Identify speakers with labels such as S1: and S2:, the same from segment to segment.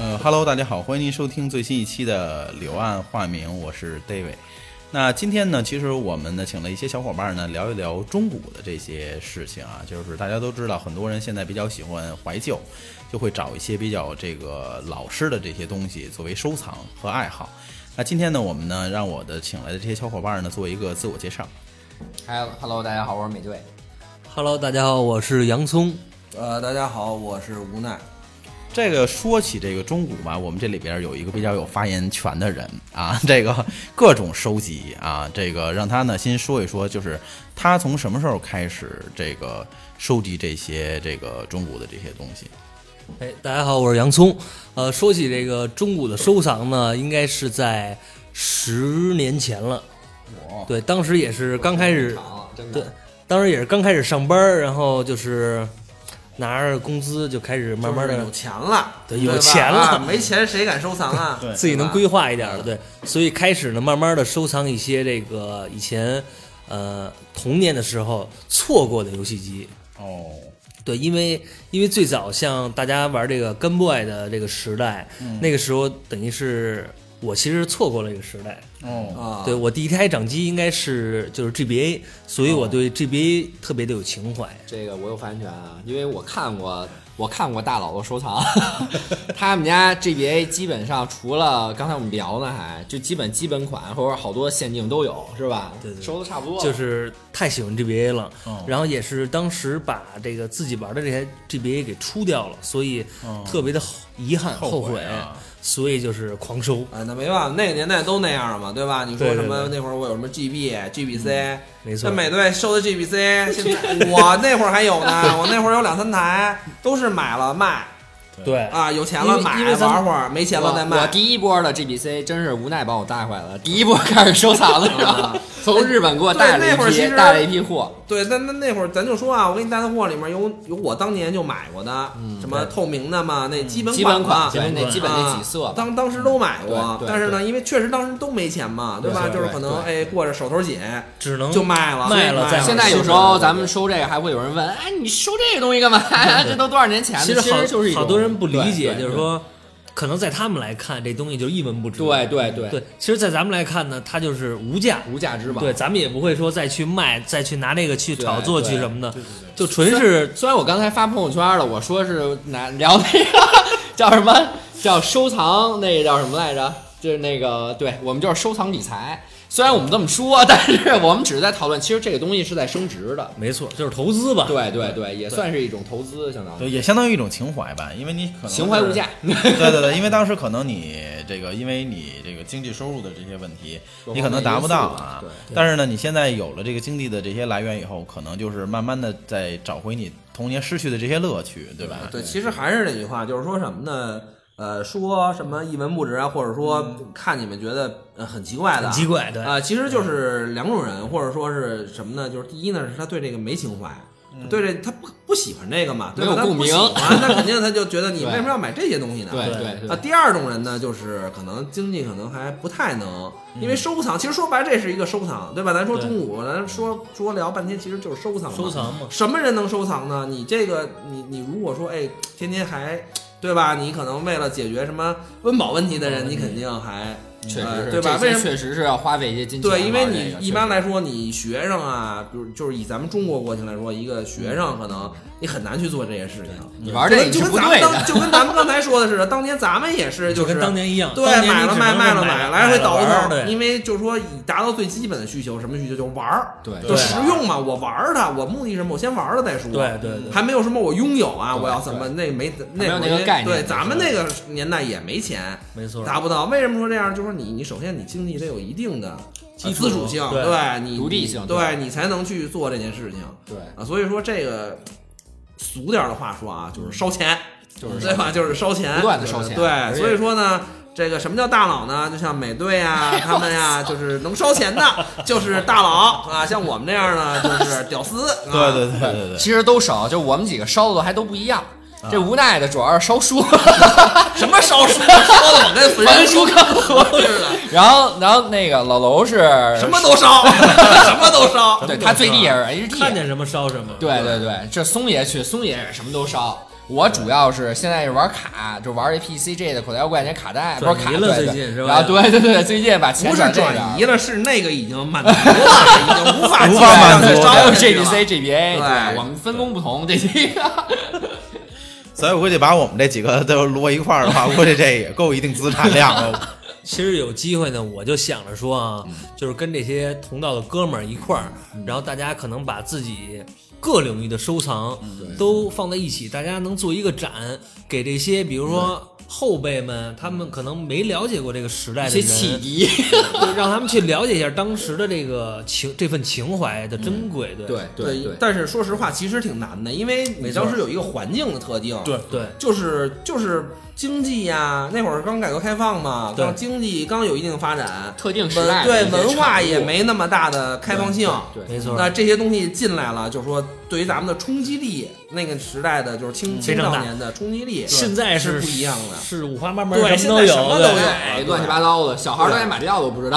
S1: 呃 Hello，大家好，欢迎您收听最新一期的《柳暗花明》，我是 David。那今天呢，其实我们呢，请了一些小伙伴呢，聊一聊中古的这些事情啊。就是大家都知道，很多人现在比较喜欢怀旧，就会找一些比较这个老式的这些东西作为收藏和爱好。那今天呢，我们呢，让我的请来的这些小伙伴呢，做一个自我介绍。
S2: 嗨，Hello，大家哎好，我是美队。
S3: Hello，大家好，我是洋葱。
S4: 呃，大家好，我是无奈。
S1: 这个说起这个中古吧，我们这里边有一个比较有发言权的人啊， 这个各种收集啊，这个让他呢先说一说，就是他从什么时候开始这个收集这些这个中古的这些东西？
S3: 哎，大家好，我是洋葱。呃，说起这个中古的收藏呢，应该是在十年前了。
S2: 我
S3: 对，当时也是刚开始，
S2: 啊，真
S3: 对
S2: 的，
S3: 当时也是刚开始上班儿，然后就是拿着工资就开始慢慢
S4: 就是
S3: 的
S4: 有钱了，
S3: 对
S4: 吧
S3: 有钱了
S4: 啊没钱谁敢收藏 啊？
S1: 对
S3: 自己能
S4: 吧
S3: 规划一点了，对，所以开始呢，慢慢的收藏一些这个以前呃童年的时候错过的游戏机。
S1: 哦，
S3: 对，因为因为最早像大家玩这个 Game Boy 的这个时代，那个时候等于是我其实错过了这个时代。
S1: 哦，
S4: 啊，
S3: 对我第一台掌机应该是就是 GBA，所以我对 GBA 特别的有情怀。
S2: 这个我有发言权啊，因为我看过，我看过大佬的收藏，啊 他们家 GBA 基本上除了刚才我们聊呢，还就基本基本款或者好多限定都有，是吧？
S3: 对对
S2: 收的差不多了，
S3: 就是太喜欢 GBA 了，
S1: 哦
S3: 然后也是当时把这个自己玩的这台 GBA 给出掉了，所以
S1: 哦
S3: 特别的后遗憾、
S1: 后
S3: 悔
S1: 悔啊
S3: 所以就是狂收。
S4: 啊，那没办法，那个年代都那样嘛，对吧？你说
S3: 对
S4: 什
S3: 对
S4: 么
S3: 对
S4: 那会儿我有什么 GB、GBC，
S2: 嗯
S3: 没错
S4: 那美队收的 GBC，现在我那会儿还有呢，我那会儿有两三台，都是买了卖
S3: 对，
S4: 啊，有钱
S2: 因
S4: 了
S2: 为
S4: 买
S2: 因为咱
S4: 玩会儿，没钱了再
S2: 我我
S4: 卖。
S2: 第一波的 GBC 真是无奈把我带坏了，第一波开始收藏的时
S3: 啊
S2: 候，从日本给我带了
S4: 对那会儿
S2: 一
S4: 其
S2: 批，
S4: 实
S2: 带了一批货，
S4: 对，那那那会儿咱就说啊，我给你带的货里面有有我当年就买过的，什么透明的嘛，那基本
S2: 基本
S4: 款嘛
S3: 啊
S2: 款，嗯对，那基本那几色
S4: 啊
S2: 吧，
S4: 当当时都买过
S2: 对，对
S4: 但是呢，因为确实当时都没钱嘛，
S2: 对
S4: 吧？
S2: 对
S4: 就是可能哎
S2: 对
S4: 过着手头紧，
S3: 只
S2: 嗯
S3: 能
S4: 就卖了
S3: 卖了
S4: 所以
S3: 再
S4: 买
S2: 现在有时候咱们收这个，还会有人问：“哎，你收这个东西干嘛呀？这都多少年前了？”
S3: 其
S2: 其
S3: 实好
S2: 就是一种
S3: 好多人不理
S2: 对
S3: 解，
S2: 对
S3: 就是说，可能在他们来看，这东西就一文不值。
S2: 对对对
S3: 对，其实，在咱们来看呢，它就是无价。
S2: 无价之宝。
S3: 对，，咱们也不会说再去卖，再去拿这个去炒作
S2: 对
S3: 去
S2: 对
S3: 什么的，就纯是
S2: 虽然我刚才发朋友圈了，我说是拿聊那个叫什么叫收藏，那个叫什么来着？就是那个，对我们就是收藏理财。虽然我们这么说，但是我们只是在讨论，其实这个东西是在升值的。
S3: 没错，就是投资吧。
S2: 对对对，也算是一种投资，相当于
S1: 对，也相当于一种情怀吧，因为你可能
S2: 情怀
S1: 是
S2: 无价。
S1: 对对对，因为当时可能你这个，因为你这个经济收入的这些问题，你可能达不到啊
S2: 对。
S1: 但是呢，你现在有了这个经济的这些来源以后，可能就是慢慢的在找回你童年失去的这些乐趣，对吧？
S4: 对，其实还是那句话，就是说什么呢？呃，说什么一文不值啊，或者说看你们觉得呃很奇怪的，
S3: 很奇怪对
S4: 啊、其实就是两种人，或者说是什么呢？就是第一呢，是他对这个没情怀，对这他不不喜欢这个嘛，对吧？
S2: 没有
S4: 他不
S2: 共鸣
S4: 喜欢，那肯定他就觉得你
S2: 对
S4: 为什么要买这些东西呢？
S2: 对
S3: 对
S2: 对
S4: 啊，
S2: 对，
S4: 第二种人呢，就是可能经济可能还不太能，因为收藏，其实说白了这是一个收藏，对吧？咱说
S3: 对
S4: 中午，咱说说聊半天，其实就是收藏嘛。
S3: 收藏嘛
S4: 什么人能收藏呢？你这个，你你如果说，哎，天天还，对吧？你可能为了解决什么温饱问题的人，你肯定还，
S2: 确
S4: 呃
S2: 实是，
S4: 对吧
S2: 这
S4: 为
S2: 些
S4: 什么
S2: 确实是要花费一些金钱玩
S4: 对，
S2: 这个。
S4: 因为你
S2: 确实
S4: 一般来说，你学生啊，比如就是以咱们中国国情来说，一个学生可能你很难去做这些事情。
S2: 你嗯玩这个
S4: 就是跟
S2: 不
S4: 咱们
S2: 对
S4: 当
S2: 的。
S4: 就跟咱们刚才说的似的，当年咱们也是，
S3: 就是跟当年一样，
S4: 对，
S3: 当年
S4: 买
S3: 你
S4: 了
S3: 只
S4: 卖，
S3: 能
S4: 卖了
S3: 是
S4: 买，
S3: 买，
S4: 来回倒
S3: 玩儿
S4: 腾。
S3: 对，
S4: 因为就是说，以达到最基本的需求，什么需求？就是玩儿，
S2: 对
S4: 就
S2: 对
S4: 实用嘛。我玩儿它，我目的是什么？我先玩儿了再说。
S3: 对对对
S4: 还没有什么我拥有啊，
S2: 对
S4: 我要怎么那没那
S2: 没有
S4: 会
S2: 那个
S4: 儿
S2: 概念
S4: 对，
S2: 那
S4: 咱们那个年代也没钱，
S3: 没错，
S4: 达不到。为什么说这样？就是你，你首先你经济得有一定的呃
S3: 基础
S4: 自主性，
S3: 对
S4: 对你
S2: 独立性对
S4: 对你才能去做这件事情
S2: 对，
S4: 啊。所以说这个俗点儿的话说啊，就是烧钱。
S2: 嗯就是
S4: 对吧？就是烧钱，
S2: 不断地烧钱
S4: 对，所以说呢，这个什么叫大佬呢？就像美队啊，
S2: 哎
S4: 他们呀、就是能烧钱的，就是大佬啊。像我们这样呢，就是屌丝。啊、
S1: 对对 对对对。
S2: 其实都少，就我们几个烧的还都不一样。这无奈的主要是烧书，
S4: 什么烧书？说的我跟焚书坑儒似的，
S2: 然后然后那个老楼是
S4: 什？么都烧，什么都烧。
S2: 对他最厉害是 H
S3: 看
S2: D，
S3: 见什么烧什么。
S2: 对对对，这松爷去松爷什么都烧，我主要是现在是玩卡，就玩这 PCG 的口袋妖怪那卡带，不是卡
S3: 转移了
S2: 对
S3: 最近
S2: 对
S3: 是吧
S2: 然后对对对，最近把钱
S4: 不是
S2: 转这边
S4: 转移了，是那个已经满足了，已经无法
S1: 无
S4: 无
S1: 法满足
S2: 还有
S4: 了。
S2: GBC、GBA，
S4: 对
S2: 我们分工不同，这些。
S1: 所以我估计把我们这几个都摞一块儿的话，估计这也够一定资产量了。
S3: 其实有机会呢，我就想着说啊，
S4: 嗯
S3: 就是跟这些同道的哥们儿一块儿，然后大家可能把自己各领域的收藏
S4: 嗯
S3: 都放在一起，大家能做一个展，给这些比如
S4: 嗯
S3: 说后辈们，他们可能没了解过这个时代的
S2: 这
S3: 人，
S2: 启迪，
S3: 就让他们去了解一下当时的这个情这份情怀的珍贵，对对
S4: 对，但是说实话，其实挺难的，因为你当时有一个环境的特定，
S3: 对对
S4: 就是就是经济呀、那会儿刚改革开放嘛，
S3: 对
S4: 刚经济刚有一定发展，
S2: 特定时代
S4: 文对
S2: 的一些
S4: 文化也
S2: 产物
S4: 没那么大的开放性。
S2: 对
S3: 没错，
S4: 那这些东西进来了，就是说对于咱们的冲击力，那个时代的就是青青
S3: 非常大
S4: 少年的冲击力，
S3: 现在
S4: 是
S3: 是
S4: 不一样的。
S3: 是五花八门，
S4: 对
S3: 什么
S4: 现
S3: 都
S4: 在什么
S3: 有，
S4: 都有
S3: 对
S4: 哎
S2: 乱七八糟的，小孩儿连马里奥都不知道，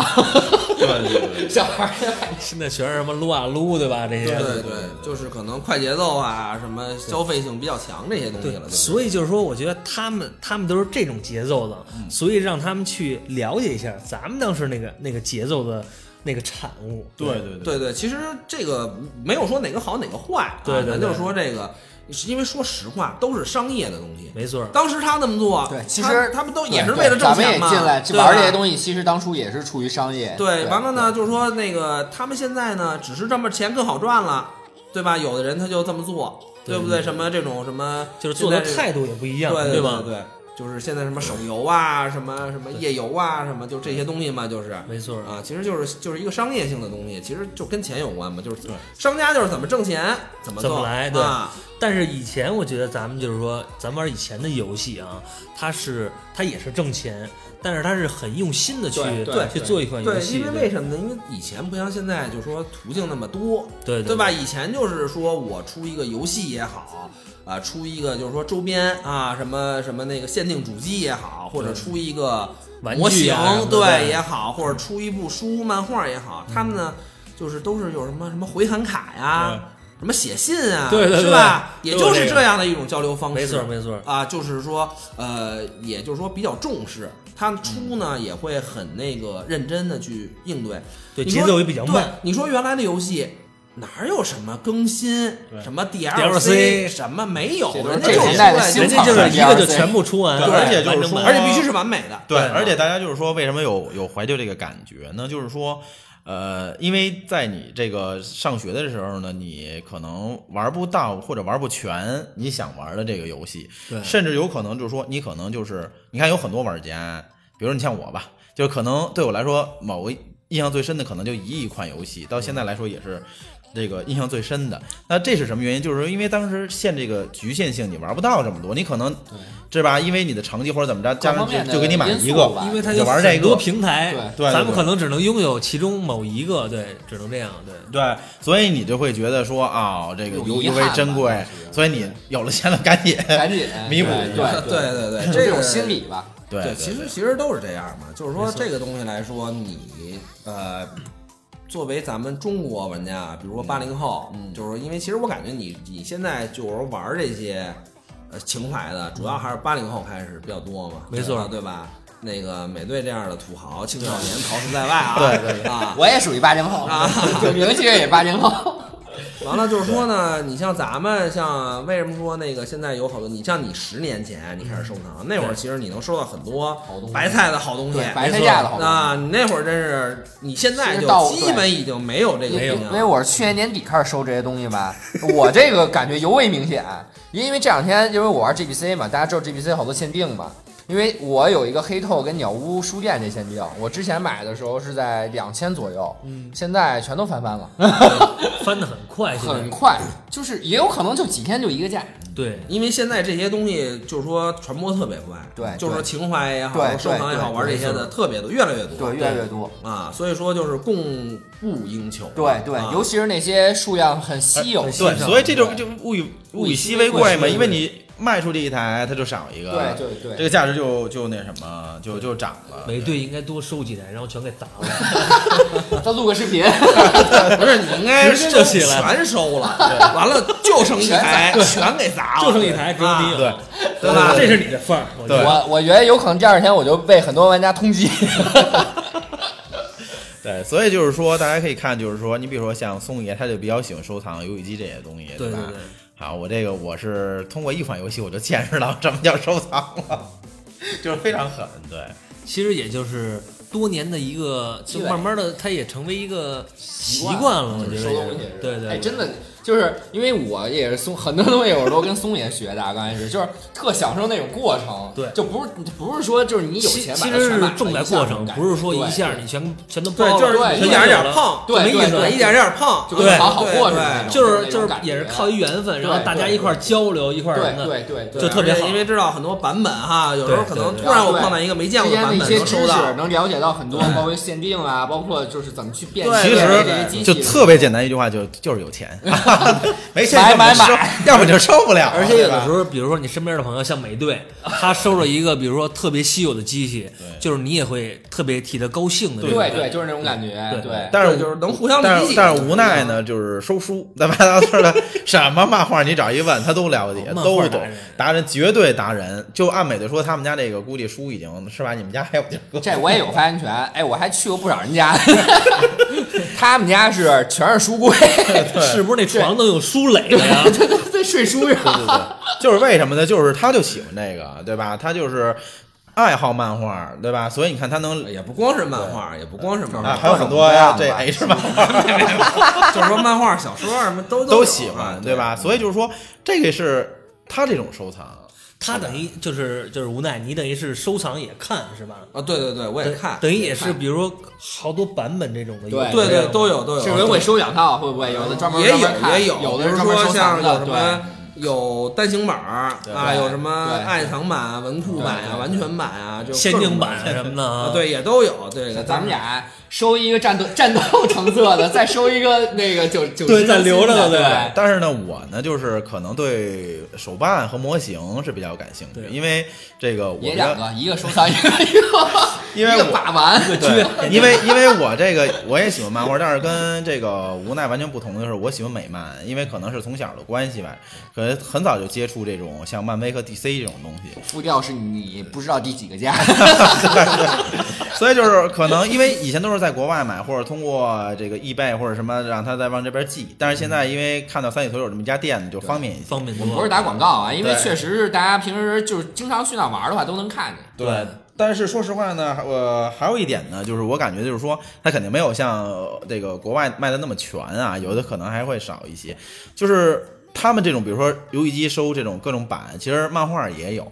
S2: 小孩儿连马里
S3: 现在全是什么撸啊撸，对吧？这些
S4: 对对，就是可能快节奏啊，什么消费性比较强这些东西了。以
S3: 所以就是说，我觉得他们他们都是这种节奏的，
S4: 嗯
S3: 所以让他们去了解一下咱们当时那个那个节奏的那个产物。
S1: 对
S4: 对对，其实这个没有说哪个好哪个坏啊，
S3: 对对
S4: 咱
S3: 对
S4: 就说这个，是因为说实话都是商业的东西。
S3: 没错儿。
S4: 当时他那么做，
S2: 对
S4: 啊他
S2: 其实
S4: 他们都
S2: 奥
S4: 也是为了挣
S2: 咱们
S4: 钱
S2: 也
S4: 嘛，
S2: 进来
S4: 对吧
S2: 玩这些东西，其实当初也是出于商业。
S4: 对，完了呢，就是说那个他们现在呢，只是这么钱更好赚了，对吧？有的人他就这么做，对不对？什么这种什么，
S3: 就是做的
S4: 现在这
S3: 态度也不一样，
S4: 对
S3: 吧？
S4: 对，就是现在什么手游啊，什么什么夜游啊，什么就这些东西嘛，就是。
S3: 没错儿，
S4: 啊，其实就是就是一个商业性的东西，其实就跟钱有关嘛，就是商家就是怎么挣钱怎么
S3: 怎么
S4: 做
S3: 来对
S4: 啊，
S3: 但是以前我觉得咱们就是说，咱玩以前的游戏啊，它是它也是挣钱，但是它是很用心的去
S2: 对对
S3: 去做一款游
S4: 对，
S3: 戏
S4: 因为，为什么呢？因为以前不像现在，就是说途径那么多，
S3: 对
S4: 对吧？？以前就是说我出一个游戏也好，啊、出一个就是说周边啊，什么什么那个限定主机也好，或者出一个
S3: 玩
S4: 模
S3: 具
S4: 型、
S3: 啊什么的
S4: 对也好，或者出一部书、漫画也好，他们
S3: 嗯
S4: 呢就是都是有什么什么回函卡呀，什么写信啊，
S3: 对对对
S4: 是吧？
S3: 对
S4: 也就
S3: 对
S4: 是
S3: 对
S4: 这样的一种交流方式，
S3: 没错儿没错儿，
S4: 啊，就是说，呃，也就是说比较重视，他出呢也会很那个认真的去应对，
S3: 对
S4: 你说
S3: 节奏也比较慢
S4: 对。你说原来的游戏哪有什么更新，什
S3: 嗯
S4: 么
S3: DLC
S4: 什么没有，
S2: 这
S4: 人
S2: 都是
S4: 家
S2: 这
S4: 就
S2: 年
S4: 出
S2: 代的
S4: 来
S2: 新
S3: 人
S4: 就
S3: 家
S2: 草
S3: 就是是一个就
S2: DLC
S3: 全部出完，
S1: 对而且就是
S3: 完整版
S1: 说
S4: 而且必须是完美的。
S1: 对，
S3: 对
S1: 而且大家就是说，为什么有有怀旧这个感觉呢？就是说，呃，因为在你这个上学的时候呢，你可能玩不到或者玩不全你想玩的这个游戏，
S3: 对
S1: 甚至有可能就是说，你可能就是你看有很多玩家，比如你像我吧，就可能对我来说某个印象最深的可能就一亿款游戏，到现在来说也是。这个印象最深的，那这是什么原因？就是说，因为当时限这个局限性，你玩不到这么多，你可能，是吧？因为你的成绩或者怎么着，家
S2: 各
S1: 长
S2: 方
S1: 就
S2: 面的
S1: 就给你买
S2: 因素
S1: 一个，
S2: 吧
S3: 因为它
S1: 就
S3: 有
S1: 玩这
S3: 很
S1: 个
S3: 多平台，
S2: 对
S1: 对
S3: 咱们
S1: 对
S3: 可能只能拥有其中某一个，对，只能这样，对。
S1: 对，所以你就会觉得说啊、这个
S2: 有
S1: 尤
S2: 遗
S1: 尤为
S2: 憾吧
S1: 珍贵，所以你有了钱了赶紧。
S2: 赶紧
S1: 弥补
S2: 对
S1: 一下
S2: 对对，
S4: 对对
S2: 这
S4: 这
S2: 种
S4: 个
S2: 心理吧，
S1: 对
S4: 对，其实其实都是这样嘛，就是说这个东西来说，你呃，作为咱们中国玩家，比如
S1: 嗯
S4: 说八零后，就是说，因为其实我感觉你你现在就是玩这些呃情怀的，主要还是八零后开始比较多嘛，
S3: 没错
S4: 对吧？那个美队这样的土豪青少年逃出在外啊，
S1: 对对
S4: 啊，
S2: 我也属于八零后
S4: 啊，
S2: 就明确也八 零后。
S4: 完了就是说呢，你像咱们像为什么说那个现在有好多，你像你十年前你开始收藏，那会儿其实你能收到很多
S2: 东西
S4: 白菜的好东西，
S2: 白菜价的好东西
S4: 啊，你那会儿真是，你现在就
S2: 其实到
S4: 基本已经没有这个
S2: 因
S4: 东
S2: 为
S4: 西
S2: 因为
S4: 了。
S2: 我是去年年底开始收这些东西吧，我这个感觉尤为明显，因为这两天因为我玩 GBC 嘛，大家知道 GBC 好多限定嘛，因为我有一个黑透跟鸟屋书店这限定，我之前买的时候是在两千左右，嗯，现在全都翻番了，
S3: 翻得很快，现
S2: 很
S3: 在
S2: 快，就是也有可能就几天就一个价，
S3: 对
S4: 因为现在这些东西就是说传播特别快，
S2: 对
S4: 就是说情怀也好，
S2: 对
S4: 收藏也好，
S2: 对对
S4: 玩这些的特别多，越来越多，
S2: 对，越来越多。
S4: 啊，所以说就是供不应求，
S2: 对对
S4: 啊，
S2: 尤其是那些数量很稀有的，
S1: 对，所以这就就物以
S2: 物
S1: 物
S2: 以
S1: 以
S2: 稀
S1: 稀
S2: 为
S1: 为
S2: 贵
S1: 贵嘛，
S2: 是
S1: 因为你卖出这一台，它就少一个，
S2: 对对对
S1: 这个价值就就那什么，就就涨了。
S3: 美队应该多收几台，然后全给砸了。
S2: 他录个视 频，
S4: 不是你应该
S3: 直
S4: 是
S3: 射起来
S4: 全收了，完了就剩一台，全给砸了，
S3: 就剩一台给
S4: 啊
S3: 你，
S1: 对，
S4: 对吧？
S3: 这是你的范儿，我觉得
S1: 对
S2: 我我觉得有可能第二天我就被很多玩家 通缉。
S1: 对，所以就是说，大家可以看，就是说，你比如说像松爷，他就比较喜欢收藏游戏机这些东西，
S3: 对
S1: 吧？
S3: 对对。
S1: 好，我这个我是通过一款游戏我就见识到什么叫收藏了， 就是非常狠，对，
S3: 其实也就是多年的一个，就
S2: 积累
S3: 慢慢的，它也成为一个习惯了。我觉得
S2: 收东
S3: 也
S2: 西
S3: 是，对对，
S2: 哎，
S3: 对
S2: 真的就是因为我也是松，很多东西我都跟松爷学的，啊刚开始就是特享受那种过程，
S3: 对
S2: 就不是不是说就是你有
S3: 其
S2: 钱
S3: 其
S2: 买了
S3: 实
S2: 全买
S3: 是
S2: 了
S3: 重在
S2: 一下
S3: 过
S2: 那种
S3: 程，
S2: 感觉
S3: 不是说一
S2: 对
S3: 下你全全都包
S4: 对，
S3: 了，
S4: 就是
S2: 哦对
S4: 一点儿一点儿碰，
S2: 对
S4: 没意思，
S2: 对
S4: 一点儿一点儿碰，
S2: 就
S3: 对
S2: 跟好好
S4: 对
S2: 过日子
S4: 对
S2: 那种，
S3: 就是
S2: 那
S3: 就
S2: 种
S3: 是
S2: 感觉啊
S3: 也是靠一缘分，
S2: 对
S3: 然后大家一块儿交流，一块儿什么的，
S2: 对对对对，
S3: 就特别好
S4: 因为知道很多版本哈，有时候可能
S3: 对
S4: 突然我碰到一个没见过
S2: 啊
S4: 版
S2: 之间的
S4: 本
S2: 一些
S4: 能
S2: 知
S4: 收到，
S2: 识，能了解到很多，包括限定啊，包括就是怎么去辨
S4: 对
S1: 其
S2: 别
S1: 实
S2: 这些机器
S1: 就特别简单一句话，就就是有钱，没钱
S2: 买买
S1: 要不就收
S2: 买，
S1: 要不就收不了了，
S3: 而且有的时
S1: 候
S3: 候，比如说你身边的朋友，像美队，他收了一个比如说特别稀有的机器，就是你也会特别替他高兴的那
S2: 对
S3: 种感觉。
S2: 对，就是那种感觉，
S3: 对
S2: 对
S1: 但是
S4: 哎对就是能互相
S1: 但
S4: 理
S1: 是
S4: 解嗯
S1: 但是无奈呢，就是收书，在麦当说的什么漫画，你找一问他都了解，
S3: 哦漫画
S1: 都
S3: 达
S1: 懂
S3: 人，
S1: 达人绝对达人。就按美队说，他们家这个估计书已经是吧？你们家还有这个？
S2: 这我也有发言权，哎，我还去过不少人家，他们家是全是书柜，
S3: 是不是那床都有书垒了呀？
S2: 在睡书上，
S1: 就是为什么呢？就是他就喜欢这个，对吧？他就是爱好漫画，对吧？所以你看他能
S3: 嗯
S4: 也不光是漫画，也不光是漫
S1: 啊，
S4: 画，
S1: 还有很多呀，这 H 漫画
S4: 就是说漫画、小说什么 都
S1: 都
S4: 有
S1: 喜
S4: 啊
S3: 嗯
S1: 欢，
S4: 对
S1: 对吧？所以就是说，这个是他这种收藏。
S3: 他等于就是就是无奈，你等于是收藏也看是吧？
S4: 啊，对对对，我也
S3: 等
S4: 看，
S3: 等于也是，比如说好多版本这种的一个，
S2: 对
S4: 对对都有都有，
S2: 这回会收两套，会不会有的专
S4: 嗯
S2: 门
S4: 也有
S2: 专门看
S4: 也
S2: 有
S4: 比
S2: 的
S4: 如
S2: 是专门
S4: 说像
S2: 收藏
S4: 有
S2: 的，
S4: 什
S2: 对，
S4: 么有单行版儿啊，
S2: 对
S4: 有什么
S2: 对
S4: 爱藏版、文库版啊、完全版啊，就
S3: 限
S4: 各种
S3: 定版啊什么 的
S4: 啊，
S3: 啊。
S4: 对，也都有。对，
S2: 咱们俩收一个战斗战斗成色的，再收一个那个九九
S3: 对
S2: 十
S3: 再留着
S2: 的，
S3: 的
S2: 对
S3: 对
S1: 哎但是呢，我呢就是可能对手办和模型是比较感兴趣，
S3: 对
S1: 因为这个我
S2: 也
S1: 觉
S2: 两
S1: 得，
S2: 个，一个收藏，一个一个
S1: 因为
S2: 一个
S1: 我
S2: 把玩，
S1: 对，因为因为我这个我也喜欢漫画，但是跟这个无奈完全不同的是，我喜欢美漫，因为可能是从小的关系吧，可能很早就接触这种像漫威和 DC 这种东西，
S2: 副调是你不知道第几 个家，
S1: 所以就是可能因为以前都是在国外买，或者通过这个易贝或者什么让他再往这边寄，但是现在因为看到三里屯有这么一家店，就方便一些。
S3: 方便多
S2: 我
S3: 了。
S2: 们不是打广告啊，因为
S1: 对
S2: 确实是大家平时就是经常去那玩的话都能看见。
S1: 对，但是说实话呢，还呃，还有一点呢，就是我感觉就是说，它肯定没有像呃这个国外卖的那么全啊，有的可能还会少一些。就是他们这种，比如说游戏机收这种各种版，其实漫画也有。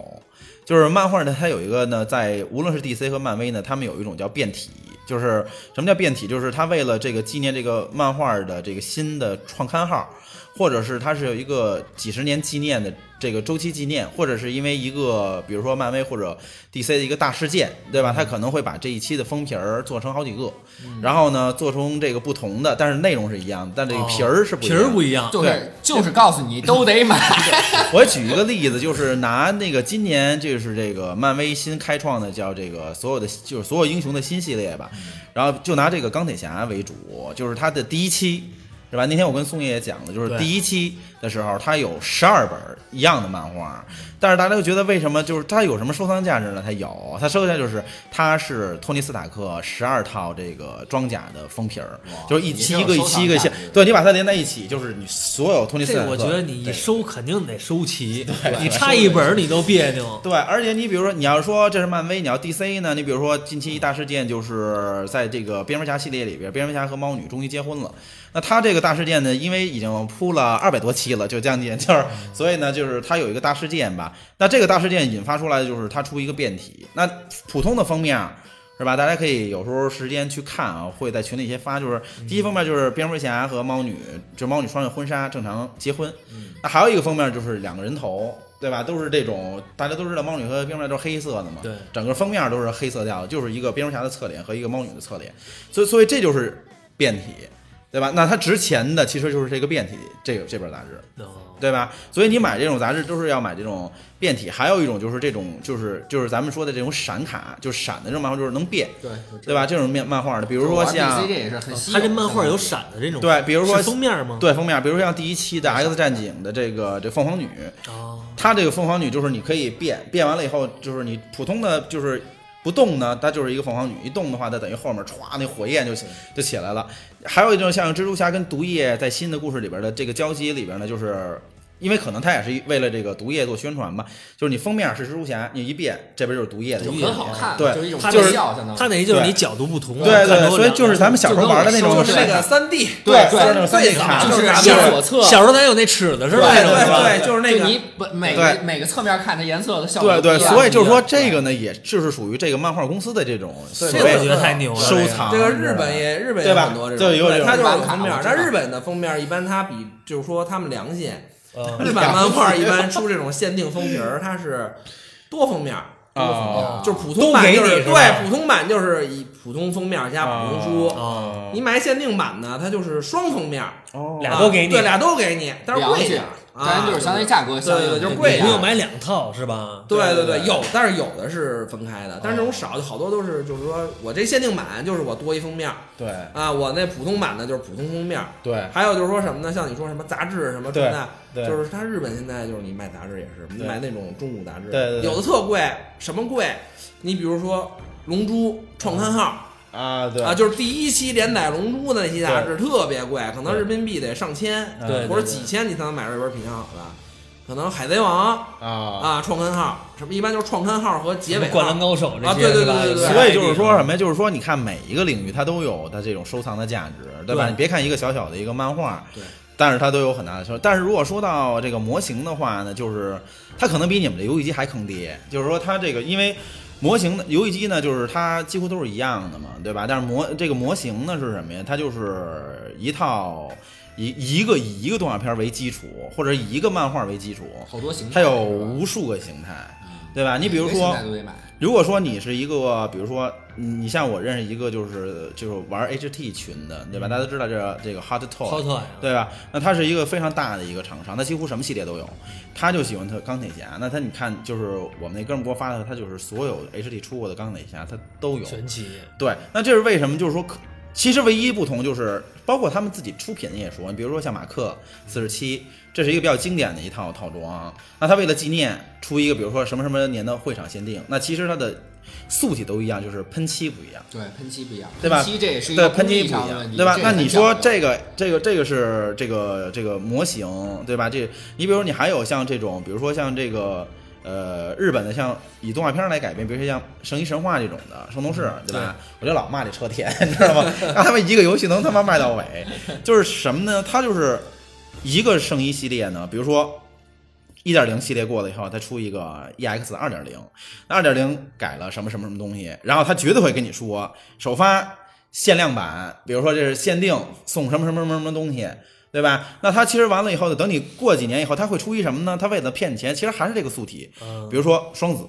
S1: 就是漫画呢，它有一个呢，在无论是 DC 和漫威呢，他们有一种叫变体。就是什么叫变体？就是它为了这个纪念这个漫画的这个新的创刊号，或者是它是有一个几十年纪念的这个周期纪念，或者是因为一个比如说漫威或者 DC 的一个大事件，对吧？它可能会把这一期的封皮儿做成好几个，然后呢做成这个不同的，但是内容是一样的，但这个皮儿是不一
S3: 皮
S1: 样的。
S3: 儿不一样，
S2: 就是就是告诉你都得买，
S1: 我举一个例子，就是拿那个今年就是这个漫威新开创的叫这个所有的就是所有英雄的新系列吧，然后就拿这个钢铁侠为主，就是它的第一期。是吧？那天我跟宋爷也讲了，就是
S3: 对
S1: 第一期的时候，它有十二本一样的漫画，但是大家就觉得为什么就是它有什么收藏价值呢？它有，它收藏价值就是它是托尼斯塔克十二套这个装甲的封皮儿，就是一期一个一期一个一
S2: 也是有收藏价值
S1: 期，对你把它连在一起，就是你所有托尼斯
S3: 这
S1: 塔
S3: 个
S1: 克。
S3: 我觉得你一收肯定得收齐，你差一本儿你都别扭。
S1: 对，而且你比如说，你要说这是漫威，你要 DC 呢？你比如说近期一大事件就是在这个蝙蝠侠系列里边，蝙蝠侠和猫女终于结婚了。那他这个大事件呢，因为已经铺了二百多期了，就将近就是，所以呢，就是他有一个大事件吧。那这个大事件引发出来的就是他出一个变体。那普通的封面儿是吧？大家可以有时候时间去看啊，会在群里先发。就是第一封面就是蝙蝠侠和猫女，就猫女穿着婚纱正常结婚。那还有一个封面就是两个人头，对吧？都是这种大家都知道猫女和蝙蝠侠都是黑色的嘛，
S3: 对，
S1: 整个封面都是黑色调的，就是一个蝙蝠侠的侧脸和一个猫女的侧脸，所以所以这就是变体。对吧？那它值钱的其实就是这个变体这个这本杂志，
S3: 哦
S1: 对吧？所以你买这种杂志都是要买这种变体，还有一种就是这种就是就是咱们说的这种闪卡，就是闪的这种漫画就是能变，
S2: 对，
S1: 对吧？这种面漫画的，比
S2: 比
S1: 如说像
S2: C 这也是很稀有
S3: 他
S2: 的。
S3: 这漫画有闪的这种，
S1: 对比如说
S3: 是封面吗？
S1: 对封面，比如像第一期的 X 战警的这个这凤凰女，
S3: 哦，
S1: 它这个凤凰女就是你可以变，变完了以后就是你普通的就是不动呢，它就是一个凤凰女；一动的话，它等于后面歘那火焰就起就起来了。还有一种像蜘蛛侠跟毒液在新的故事里边的这个交集里边呢，就是。因为可能他也是为了这个毒液做宣传吧，就是你封面是蜘蛛侠，你一变这边就是毒液的
S2: 就
S1: 意思，
S2: 很好看，
S1: 对
S2: 就是一种
S3: 它
S2: 特
S3: 就是
S2: 效，相当于
S3: 他等于就是你角度不同，啊
S1: 对
S3: 看着
S1: 对，
S3: 我
S1: 所以
S3: 两
S1: 就是咱们小时候玩的那种
S2: 就跟我
S4: 是
S1: 闪
S4: 那
S1: 卡
S4: 个三 D，
S1: 对
S2: 对
S1: 是那种三 D
S4: 最早
S1: 卡，
S2: 就是
S4: 就是
S2: 向
S4: 就是
S2: 左侧，
S3: 小时候咱有那尺子似的那种，是吧？
S4: 对对就是那个
S2: 你本每
S1: 对
S2: 个每个侧面看的颜色的效
S1: 对
S2: 果不一样。
S1: 对，所以就是说这
S2: 对
S1: 个呢，也就是属于这个漫画公司的这种所
S4: 对
S3: 这我觉
S1: 谓
S3: 得太牛了，
S1: 收藏。
S4: 这
S2: 嗯
S4: 个日本也日本也
S1: 对吧
S4: 很多这
S1: 对
S4: 种，
S1: 有有
S4: 它就是有
S2: 有
S4: 封面
S2: 我。知道
S4: 但日本的封面一般它比就是说他们良心，
S3: 这个。嗯
S4: 日本漫画一般出这种限定封皮儿，它是多封面。多封面
S1: 哦
S4: 就是普通版就
S3: 啊都给
S4: 是
S3: 你是吧
S4: 对普通版就是以普通封面加
S1: 啊
S4: 普通书，啊
S3: 哦
S4: 你买限定版呢，它就是双封面，啊
S1: 哦
S3: 俩都给你
S4: 对，俩都给你，但是
S2: 良
S4: 贵
S2: 心
S4: 点儿，啊
S2: 咱就是相当于价格相应
S4: 对对就是
S2: 不
S4: 贵
S2: 一
S4: 呀
S3: 啊
S2: 样
S3: 你又买两套是吧？
S4: 对
S1: 对
S4: 对
S1: 对
S4: 对，有，但是有的是分开的，但是这
S3: 哦
S4: 种少，就好多都是就是说我这限定版就是我多一封面儿
S1: 对
S4: 啊，我那普通版的就是普通封面儿，
S1: 对
S4: 还有就是说什么呢？像你说什么杂志什么
S1: 对
S4: 什么
S1: 对
S4: 的，就是它日本现在就是你买杂志也是，你
S1: 对
S4: 买那种中古杂志，
S1: 对对对
S4: 有的特贵，什么贵？你比如说《龙珠》创刊号。
S1: 啊，对
S4: 啊，就是第一期连载《龙珠》的那期杂志特别贵，可能人民币得上千，
S1: 对对
S4: 或者几千你才能买着一本品相好的。可能《海贼王》
S1: 啊。
S4: 啊，创刊号什么，一般就是创刊号和结尾
S3: 灌篮
S4: 号。
S3: 高手这些
S4: 啊对对
S3: 是吧
S4: 对对对
S1: 所以就是说什么呀？就是说，你看每一个领域它都有它这种收藏的价值，对吧？
S3: 对
S1: 你别看一个小小的一个漫画，
S4: 对，
S1: 但是它都有很大的收。但是如果说到这个模型的话呢，就是它可能比你们这游戏机还坑爹，就是说它这个因为。模型的游戏机呢，就是它几乎都是一样的嘛，对吧？但是模这个模型呢是什么呀？它就是一套一一个以一个动画片为基础，或者以一个漫画为基础，
S2: 好多形态，
S1: 它有
S2: 是吧
S1: 无数个形态，对吧？你比如
S2: 嗯每个
S1: 说
S2: 形态，都得买，
S1: 如果说你是一个，比如说你你像我认识一个就是就是玩 HT 群的，对吧？
S2: 嗯
S1: 大家都知道这这个 Hot Toy，
S3: 超特呀，
S1: 对吧？那它是一个非常大的一个厂商，它几乎什么系列都有。他就喜欢他钢铁侠，那他你看就是我们那哥们给我发的，他就是所有 HT 出过的钢铁侠他都有。
S3: 全集
S1: 对，那这是为什么？就是说可，其实唯一不同就是，包括他们自己出品也说，你比如说像马克四十七，这是一个比较经典的一套套装。啊那他为了纪念出一个，比如说什么什么年的会场限定，那其实它的素体都一样，就是喷漆不一样。
S2: 对喷漆不一样，
S1: 对吧
S2: 喷漆这也是一
S1: 对
S2: 个
S1: 喷漆
S2: 工艺
S1: 不
S2: 上
S1: 一
S2: 的问
S1: 样，
S2: 题，
S1: 对吧？那你说
S2: 这
S1: 这
S2: 也很讲究
S1: 个这个这个是这个这个模型，对吧？这你比如你还有像这种，比如说像这个呃日本的，像以动画片来改编，比如说像《圣衣神话》这种的《圣斗士》，
S2: 嗯
S1: 对吧？我就老骂这车田， 你知道吗？让他们一个游戏能他妈卖到尾，就是什么呢？它就是一个圣衣系列呢，比如说。一点零系列过了以后，它出一个 EX 二点零，那二点零改了什么什么什么东西，然后他绝对会跟你说首发限量版，比如说这是限定送什么什么什么什么东西，对吧？那他其实完了以后，等你过几年以后，他会出一什么呢？他为了骗你钱，其实还是这个素体，
S3: 嗯
S1: 比如说双子，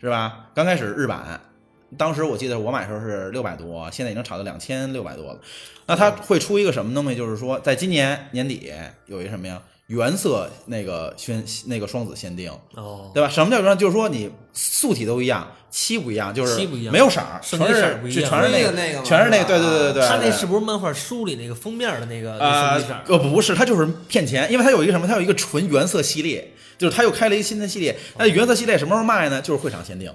S1: 是吧？刚开始日版，当时我记得我买的时候是六百多，现在已经炒到两千六百多了。那它会出一个什么东西？就是说，在今年年底有一什么呀？原色那个宣那个双子限定，
S3: 哦，
S1: 对吧？什么叫原？就是说你素体都一样，漆不一样，就是
S3: 漆不一样
S1: 没有色儿，
S3: 剩
S1: 全
S3: 下色儿
S1: 是
S3: 不一
S1: 就
S3: 样
S1: 全是
S4: 灰的那个嘛
S1: 全是那个，
S4: 是吧
S1: 对对对对对。
S3: 他那
S1: 对
S3: 是不是漫画书里那个封面的那个
S1: 啊
S3: 那封面？
S1: 呃不是，它就是骗钱，因为它有一个什么，它有一个纯原色系列，就是它又开了一新的系列。那原色系列什么时候卖呢？就是会场限定，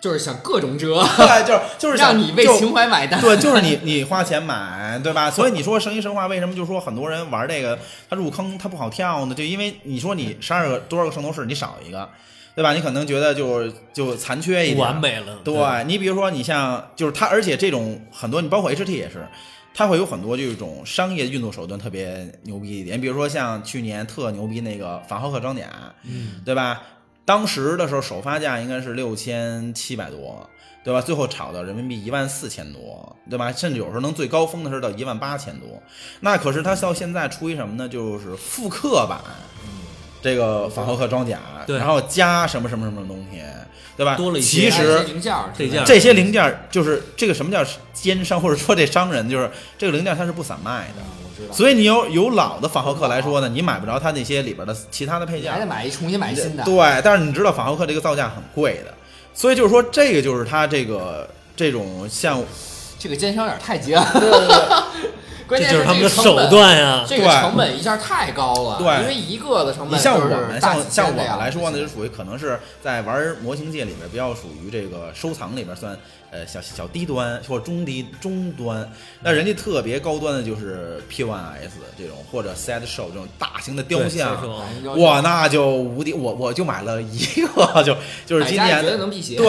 S2: 就是想各种折，
S1: 对，就是就是想
S2: 让你为
S1: 就
S2: 情怀买单。
S1: 对，就是你你花钱买，对吧？所以你说《圣衣神话》为什么就说很多人玩这个他入坑他不好跳呢？就因为你说你十二个多少个圣斗士你少一个，对吧？你可能觉得就就残缺一
S3: 不
S1: 点，
S3: 完美了，
S1: 对你比如说，你像就是它，而且这种很多，你包括 HT 也是，它会有很多这种商业运作手段特别牛逼一点。比如说像去年特牛逼那个法浩克装甲，
S3: 嗯，
S1: 对吧？当时的时候首发价应该是六千七百多，对吧？最后炒到人民币一万四千多，对吧？甚至有时候能最高峰的时候到一万八千多。那可是它到现在出一什么呢？就是复刻版，这个法后克装甲，
S3: 嗯对
S1: 然后加什么什么什么东西，对吧？
S3: 多了一些
S1: 其实
S2: 零件儿
S3: 这件儿
S1: 这些零件儿就是这个什么叫奸商，或者说这商人就是这个零件儿它是不散卖
S2: 啊
S1: 的，
S2: 我知道，
S1: 所以你有有老的法后克来说呢，你买不着它那些里边的其他的配
S2: 你
S1: 件
S2: 还
S1: 儿
S2: 得，买一重新买一新的。
S1: 对，但是你知道法后克这个造价很贵的，所以就是说这个就是它这个这种像
S2: 这个奸商有点太奸，
S3: 这
S2: 关键
S3: 就是他们的
S2: 这个成
S3: 手
S2: 本。
S3: 段呀。
S2: 这个
S1: 对
S2: 成本一下太高了，
S1: 对
S2: 因为一个的成
S1: 你
S2: 本
S1: 像我
S2: 就是
S1: 们
S2: 大
S1: 像
S2: 几千
S1: 像我
S2: 这样
S1: 们来说呢，
S2: 的
S1: 就属于可能是在玩模型界里边比较属于这个收藏里边算呃小小低端或者中低中端，那人家特别高端的就是 P1S 这种或者 Set Show 这种大型的雕
S3: 对
S1: 像
S3: 所以。说
S2: 哎呦
S1: 哇，那就无敌！我我就买了一个， 就就是今
S2: 买
S1: 年
S2: 家也觉
S1: 的
S2: 得能辟邪，
S1: 对，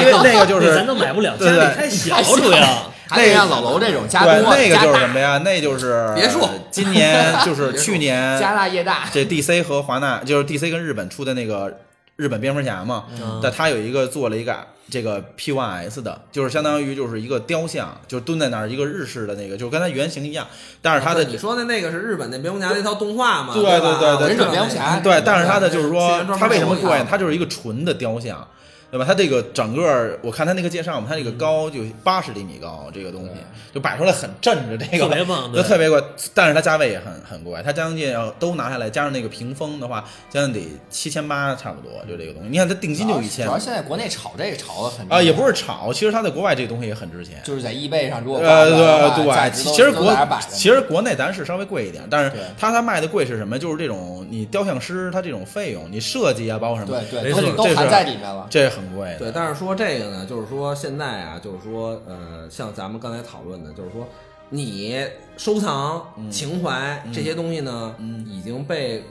S1: 因为那个就
S3: 那
S1: 是
S3: 咱都买不了，
S1: 对对
S3: 家里太小主要。
S2: 还得像老楼这种加
S1: 对，
S2: 多
S1: 那个
S2: 加
S1: 就是什
S2: 大
S1: 么呀？那就是呃
S4: 别墅
S1: 今年 就是
S2: 别墅
S1: 去年
S2: 加大业大，
S1: 这 DC 和华纳就是 DC 跟日本出的那个日本蝙蝠侠嘛，
S3: 嗯
S1: 但他有一个做了一个这个 P1S 的，就是相当于就是一个雕像，就蹲在那儿一个日式的那个，就跟它原型一样，但是它的
S4: 对你说的那个是日本那蝙蝠侠那套动画嘛？
S1: 对对
S4: 对
S1: 对对
S4: 吧啊
S2: 忍者蝙蝠侠
S1: 对，但是它的就是说
S4: 现在专门
S1: 它为什么
S4: 有一
S1: 贵
S4: 套？
S1: 它就是一个纯的雕像。对吧？它这个整个儿，我看它那个介绍嘛，它这个高就八十厘米高，这个东西就摆出来很震着这个，
S3: 特别棒
S1: 就
S3: 对
S1: 特别贵。但是它价位也很很贵，它将近要都拿下来，加上那个屏风的话，将近得七千八差不多，就这个东西。你看它定金就一千
S2: 主要现在国内炒这个炒的很厉害
S1: 啊，也不是炒，其实它在国外这个东西也很值钱。
S2: 就是在 eBay 上如果挂
S1: 呃，
S2: 出来的话
S1: 对对，
S2: 价值
S1: 其
S2: 都
S1: 其实
S2: 都
S1: 国
S2: 在那儿摆着呢
S1: 其实国内咱是稍微贵一点，但是
S2: 对
S1: 它它卖的贵是什么？就是这种你雕像师他这种费用，你设计啊，包括什么，
S2: 对
S3: 没
S2: 对
S3: 错
S2: 都
S1: 这
S2: 都
S1: 是
S2: 含在里面了。
S1: 这很贵的。
S4: 对，但是说这个呢，就是说现在啊，就是说呃，像咱们刚才讨论的，就是说你收藏、
S1: 嗯
S4: 情怀这些东西呢，已经被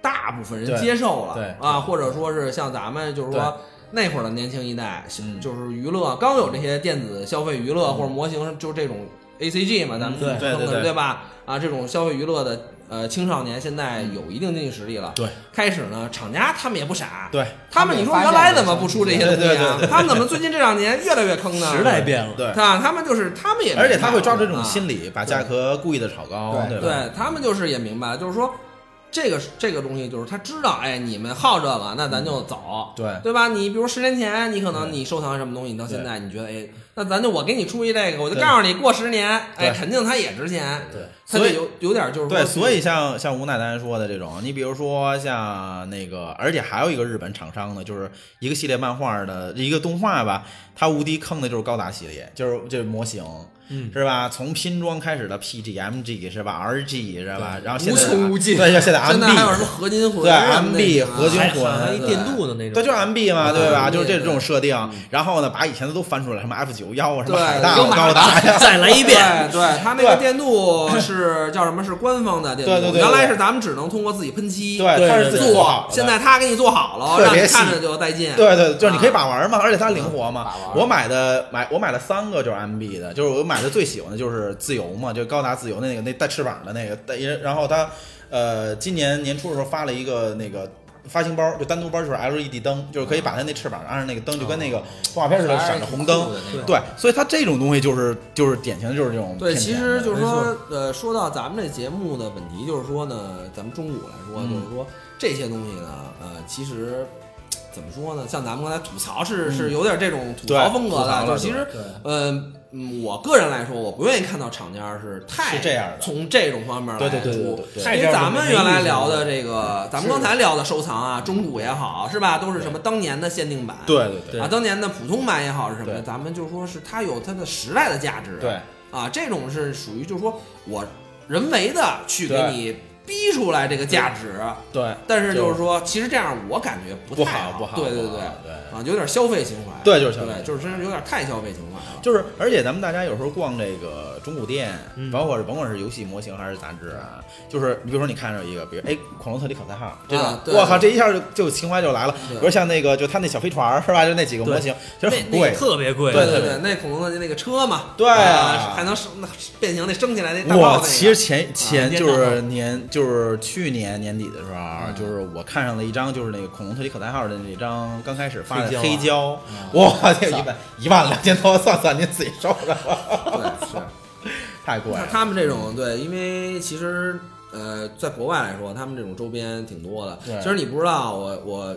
S4: 大部分人
S1: 对
S4: 接受了，
S1: 对
S4: 啊，或者说是像咱们就是
S1: 对
S4: 说。那会儿的年轻一代，
S1: 嗯
S4: 就是娱乐刚有这些电子消费娱乐、或者模型，就是这种 A C G 嘛，咱们
S1: 嗯对对
S4: 称
S1: 对
S4: 的对吧？啊，这种消费娱乐的呃青少年现在有一定经济实力了，
S1: 对，
S4: 开始呢，厂家他们也不傻，
S1: 对
S4: 他们，你说原来怎么不出这些
S1: 对
S4: 东西
S1: 对
S4: 啊
S1: 对？
S4: 他们怎么最近这两年越来越坑呢？
S3: 时代变了，
S2: 嗯
S1: 对，
S4: 啊，他们就是他们也，
S1: 而且他会抓住这种
S4: 理，
S1: 心理，把价格故意的炒高，
S2: 对
S1: 吧？
S4: 对他们就是也明白了，就是说这个这个东西，就是他知道，哎，你们好这个，那咱就走，
S1: 对
S4: 对吧？你比如十年前，你可能你收藏什么东西，你到现在你觉得，哎，那咱就我给你出一这个，我就
S1: 对
S4: 告诉你，过十年，
S1: 对
S4: 哎，肯定它也值钱，
S1: 对
S4: 它
S1: 所
S4: 就
S1: 以
S4: 有有点就是说
S1: 对，所以像像吴奈丹说的这种，你比如说像那个，而且还有一个日本厂商呢，就是一个系列漫画的一个动画吧，它无敌坑的就是高达系列，就是这模型，
S3: 嗯，
S1: 是吧？从拼装开始的 PG、MG 是吧？RG 是吧？然后现
S4: 无
S1: 在
S4: 穷无尽，
S1: 对，现在
S4: 现在还有什
S1: MB，
S4: 么合金魂
S1: 对
S4: 啊什么的
S1: MB
S4: 啊
S1: 合金
S3: 还
S1: 魂
S3: 还一电镀的那种，
S1: 对，就是 MB 嘛，对吧？
S4: 嗯
S1: 就是这
S4: 对
S1: 种设定，然后呢，把以前的都翻出来，什么 F 九幺啊，什么
S4: 对
S1: 海大
S4: 都
S1: 啊、高达呀，
S3: 再来一遍，
S4: 哎对，对，它那个
S1: 对
S4: 电镀 是叫什么？是官方的电镀。
S1: 对对对对
S4: 原来是咱们只能通过自己喷漆
S1: 对，
S3: 对
S1: 它是自己做好
S4: 做，
S1: 的
S4: 现在他给你做好了，
S1: 特
S4: 让
S1: 别
S4: 你
S1: 细
S4: 看着就带劲。
S1: 对对，就是你
S4: 啊
S1: 可以把玩儿嘛，而且它灵活嘛
S2: 把玩。儿
S1: 我买的买我买了三个就是 MB 的，就是我买的最喜欢的就是自由嘛，就是高达自由那个那带翅膀的那个，带然后它呃今年年初的时候发了一个那个。发行包就单独包就是 LED 灯，就是
S4: 啊
S1: 可以把它那翅膀按上那个灯，就跟那
S4: 哦
S1: 个动画片似的闪着红灯。对，所以它这种东西就是就是典型的就是这种
S4: 对，
S1: 骗钱
S4: 其
S1: 的
S4: 实就是
S3: 没
S4: 说，呃，说到咱们这节目的本题，就是说呢，咱们中古来
S3: 嗯
S4: 说，就是说这些东西呢，呃，其实怎么说呢？像咱们刚才吐槽是是
S3: 嗯
S4: 有点这种吐槽
S1: 对
S4: 风格
S1: 吐槽
S4: 的，
S1: 了
S4: 就是其实
S1: 对，
S4: 呃，嗯我个人来说，我不愿意看到厂家是太
S1: 是这样的
S4: 从这种方面来
S1: 对对对对
S4: 出
S1: 对对
S3: 太
S4: 因
S3: 这
S4: 为
S3: 样
S4: 咱
S3: 就
S4: 们
S3: 没
S4: 原来
S3: 意思
S4: 聊的
S3: 了
S4: 这个，咱们刚才聊的收藏啊，中古也好，是吧？都是什么当年的限定版，
S1: 对对对
S4: 啊，当年的普通版也好是什么的，
S1: 对
S4: 咱们就说是它有它的时代的价值，
S1: 对
S4: 啊，这种是属于就是说我人为的去给
S1: 对
S4: 你逼出来这个价值，
S1: 对，
S4: 但是
S1: 就
S4: 就是说，其实这样我感觉
S1: 不
S4: 太
S1: 好不好
S4: 对对
S1: 不好
S4: 对，
S1: 对
S4: 啊，有点消费情怀，
S1: 对就是消费
S4: 对，就是真是有点太消费情怀了，
S1: 就是，而且咱们大家有时候逛这个中古店，
S3: 嗯
S1: 包括是甭管是游戏模型还是杂志啊，就是你比如说你看着一个，比如哎，恐龙特里口袋号这种
S4: 啊，对
S1: 我靠，这一下就就情怀就来了。比
S4: 对
S1: 如像那个，就他那小飞船儿是吧？就那几个模型，其实很
S3: 那
S1: 贵
S3: 个。特别贵，
S1: 对
S4: 对
S1: 对
S4: 对，那恐龙的那个车嘛，
S1: 对啊
S4: 啊，还能升那变形那升起来那大炮
S1: 我
S4: 那个，
S1: 其实 前前
S4: 啊
S1: 就
S4: 烟
S1: 是
S4: 弹
S1: 年就是去年年底的时候啊，
S4: 嗯
S1: 就是我看上了一张就是那个恐龙特里口袋号的那张刚开始发的黑
S3: 黑
S1: 胶，
S4: 啊嗯
S1: 哇，这一万一万两千多，算算您自己收着吧，
S4: 对是。
S1: 太贵
S4: 像
S1: 了。
S4: 他们这种对，因为其实呃，在国外来说，他们这种周边挺多的。
S1: 对
S4: 其实你不知道，我我